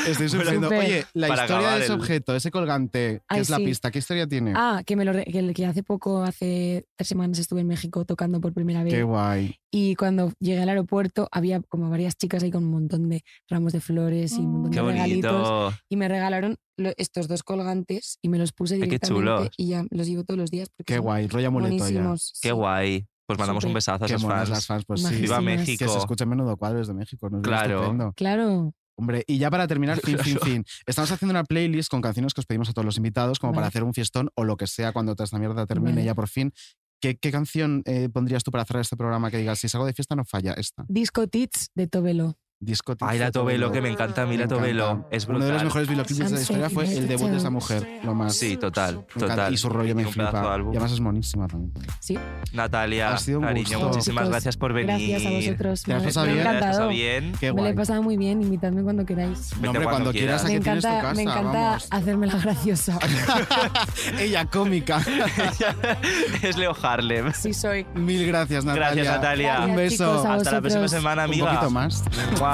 Speaker 3: Estoy sufriendo.
Speaker 8: Súper.
Speaker 3: Oye, la
Speaker 13: Para
Speaker 3: historia
Speaker 13: acabar
Speaker 3: de ese
Speaker 13: el-
Speaker 3: objeto, ese colgante, que
Speaker 8: Ay,
Speaker 3: es la
Speaker 8: sí.
Speaker 3: pista, ¿qué historia tiene?
Speaker 8: Ah, que me lo re- que, que hace poco, hace tres semanas estuve en México tocando por primera vez.
Speaker 3: Qué guay.
Speaker 8: Y cuando llegué al aeropuerto había como varias chicas ahí con un montón de ramos de flores y un montón
Speaker 13: Qué
Speaker 8: de regalitos.
Speaker 13: bonito.
Speaker 8: Y me regalaron lo- estos dos colgantes y me los puse
Speaker 13: Ay, qué
Speaker 8: directamente
Speaker 13: chulos.
Speaker 8: y ya los llevo todos los días porque
Speaker 3: Qué
Speaker 8: son
Speaker 3: guay, rollo amuleto ya.
Speaker 8: buenísimos.
Speaker 13: Qué
Speaker 8: sí.
Speaker 13: guay. Pues mandamos un
Speaker 8: Súper.
Speaker 13: besazo a
Speaker 3: Qué
Speaker 13: esos
Speaker 3: monas las
Speaker 13: fans.
Speaker 3: fans, pues sí.
Speaker 13: Viva
Speaker 8: Imagínate.
Speaker 3: Que se
Speaker 13: México.
Speaker 3: escucha menudo cuadro desde México, nos viene
Speaker 13: Claro.
Speaker 3: estupendo.
Speaker 8: Claro.
Speaker 3: Hombre, y ya para terminar, fin, fin,
Speaker 13: Claro.
Speaker 3: fin. Estamos haciendo una playlist con canciones que os pedimos a todos los invitados, como para
Speaker 8: Vale.
Speaker 3: hacer un fiestón o lo que sea cuando toda esta mierda termine
Speaker 8: Vale.
Speaker 3: ya por fin. ¿Qué, qué canción eh, pondrías tú para cerrar este programa que digas, si salgo de fiesta no falla esta?
Speaker 8: Disco Tits de Tobelo.
Speaker 3: Disco
Speaker 13: Ay, la Tobelo, que me encanta a mí la Tobelo. Es
Speaker 3: Uno de los
Speaker 13: brutal.
Speaker 8: Ah,
Speaker 3: mejores videoclips de la historia fue el debut de esa mujer, lo más.
Speaker 13: Sí, total,
Speaker 3: Me encanta.
Speaker 13: total.
Speaker 3: Y su rollo me
Speaker 13: Y un pedazo de
Speaker 3: flipa. Y
Speaker 13: álbum.
Speaker 3: además es monísima también.
Speaker 8: Sí.
Speaker 13: Natalia,
Speaker 3: Ha sido un
Speaker 13: cariño,
Speaker 3: gusto.
Speaker 13: muchísimas
Speaker 8: Chicos,
Speaker 13: gracias por venir.
Speaker 8: Gracias a vosotros.
Speaker 3: ¿Te has
Speaker 8: me-
Speaker 3: pasado
Speaker 8: me ha
Speaker 3: bien?
Speaker 13: Natalia, ¿estás
Speaker 8: encantado.
Speaker 13: bien?
Speaker 3: Qué
Speaker 8: Me lo he
Speaker 3: guay.
Speaker 8: pasado muy bien, invitadme cuando queráis.
Speaker 3: No, hombre,
Speaker 13: Vete
Speaker 3: cuando quieras,
Speaker 8: Me
Speaker 3: aquí tienes tu
Speaker 8: encanta, me
Speaker 3: casa,
Speaker 8: encanta
Speaker 3: vamos.
Speaker 8: hacerme la graciosa.
Speaker 3: Ella cómica.
Speaker 13: es Leo Harlem.
Speaker 8: Sí soy.
Speaker 3: Mil gracias, Natalia.
Speaker 13: Gracias, Natalia.
Speaker 3: Un
Speaker 8: Gracias,
Speaker 3: beso.
Speaker 8: chicos, a
Speaker 13: Hasta la próxima
Speaker 8: vosotros.
Speaker 13: semana,
Speaker 3: Un
Speaker 13: amiga.
Speaker 3: poquito más.
Speaker 13: Guau.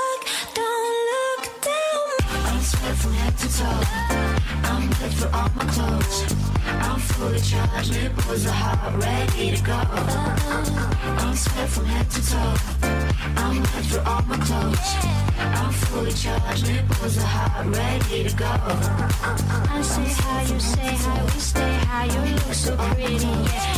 Speaker 9: Don't look down. I'm sweat from head to toe. I'm good for all my clothes. I'm fully charged. Nipples are hot, ready to go. I'm sweat from head to toe. I'm good for all my clothes. I'm fully charged. Nipples are hot, ready to go. I say how you say how we stay how you look so pretty. Yeah,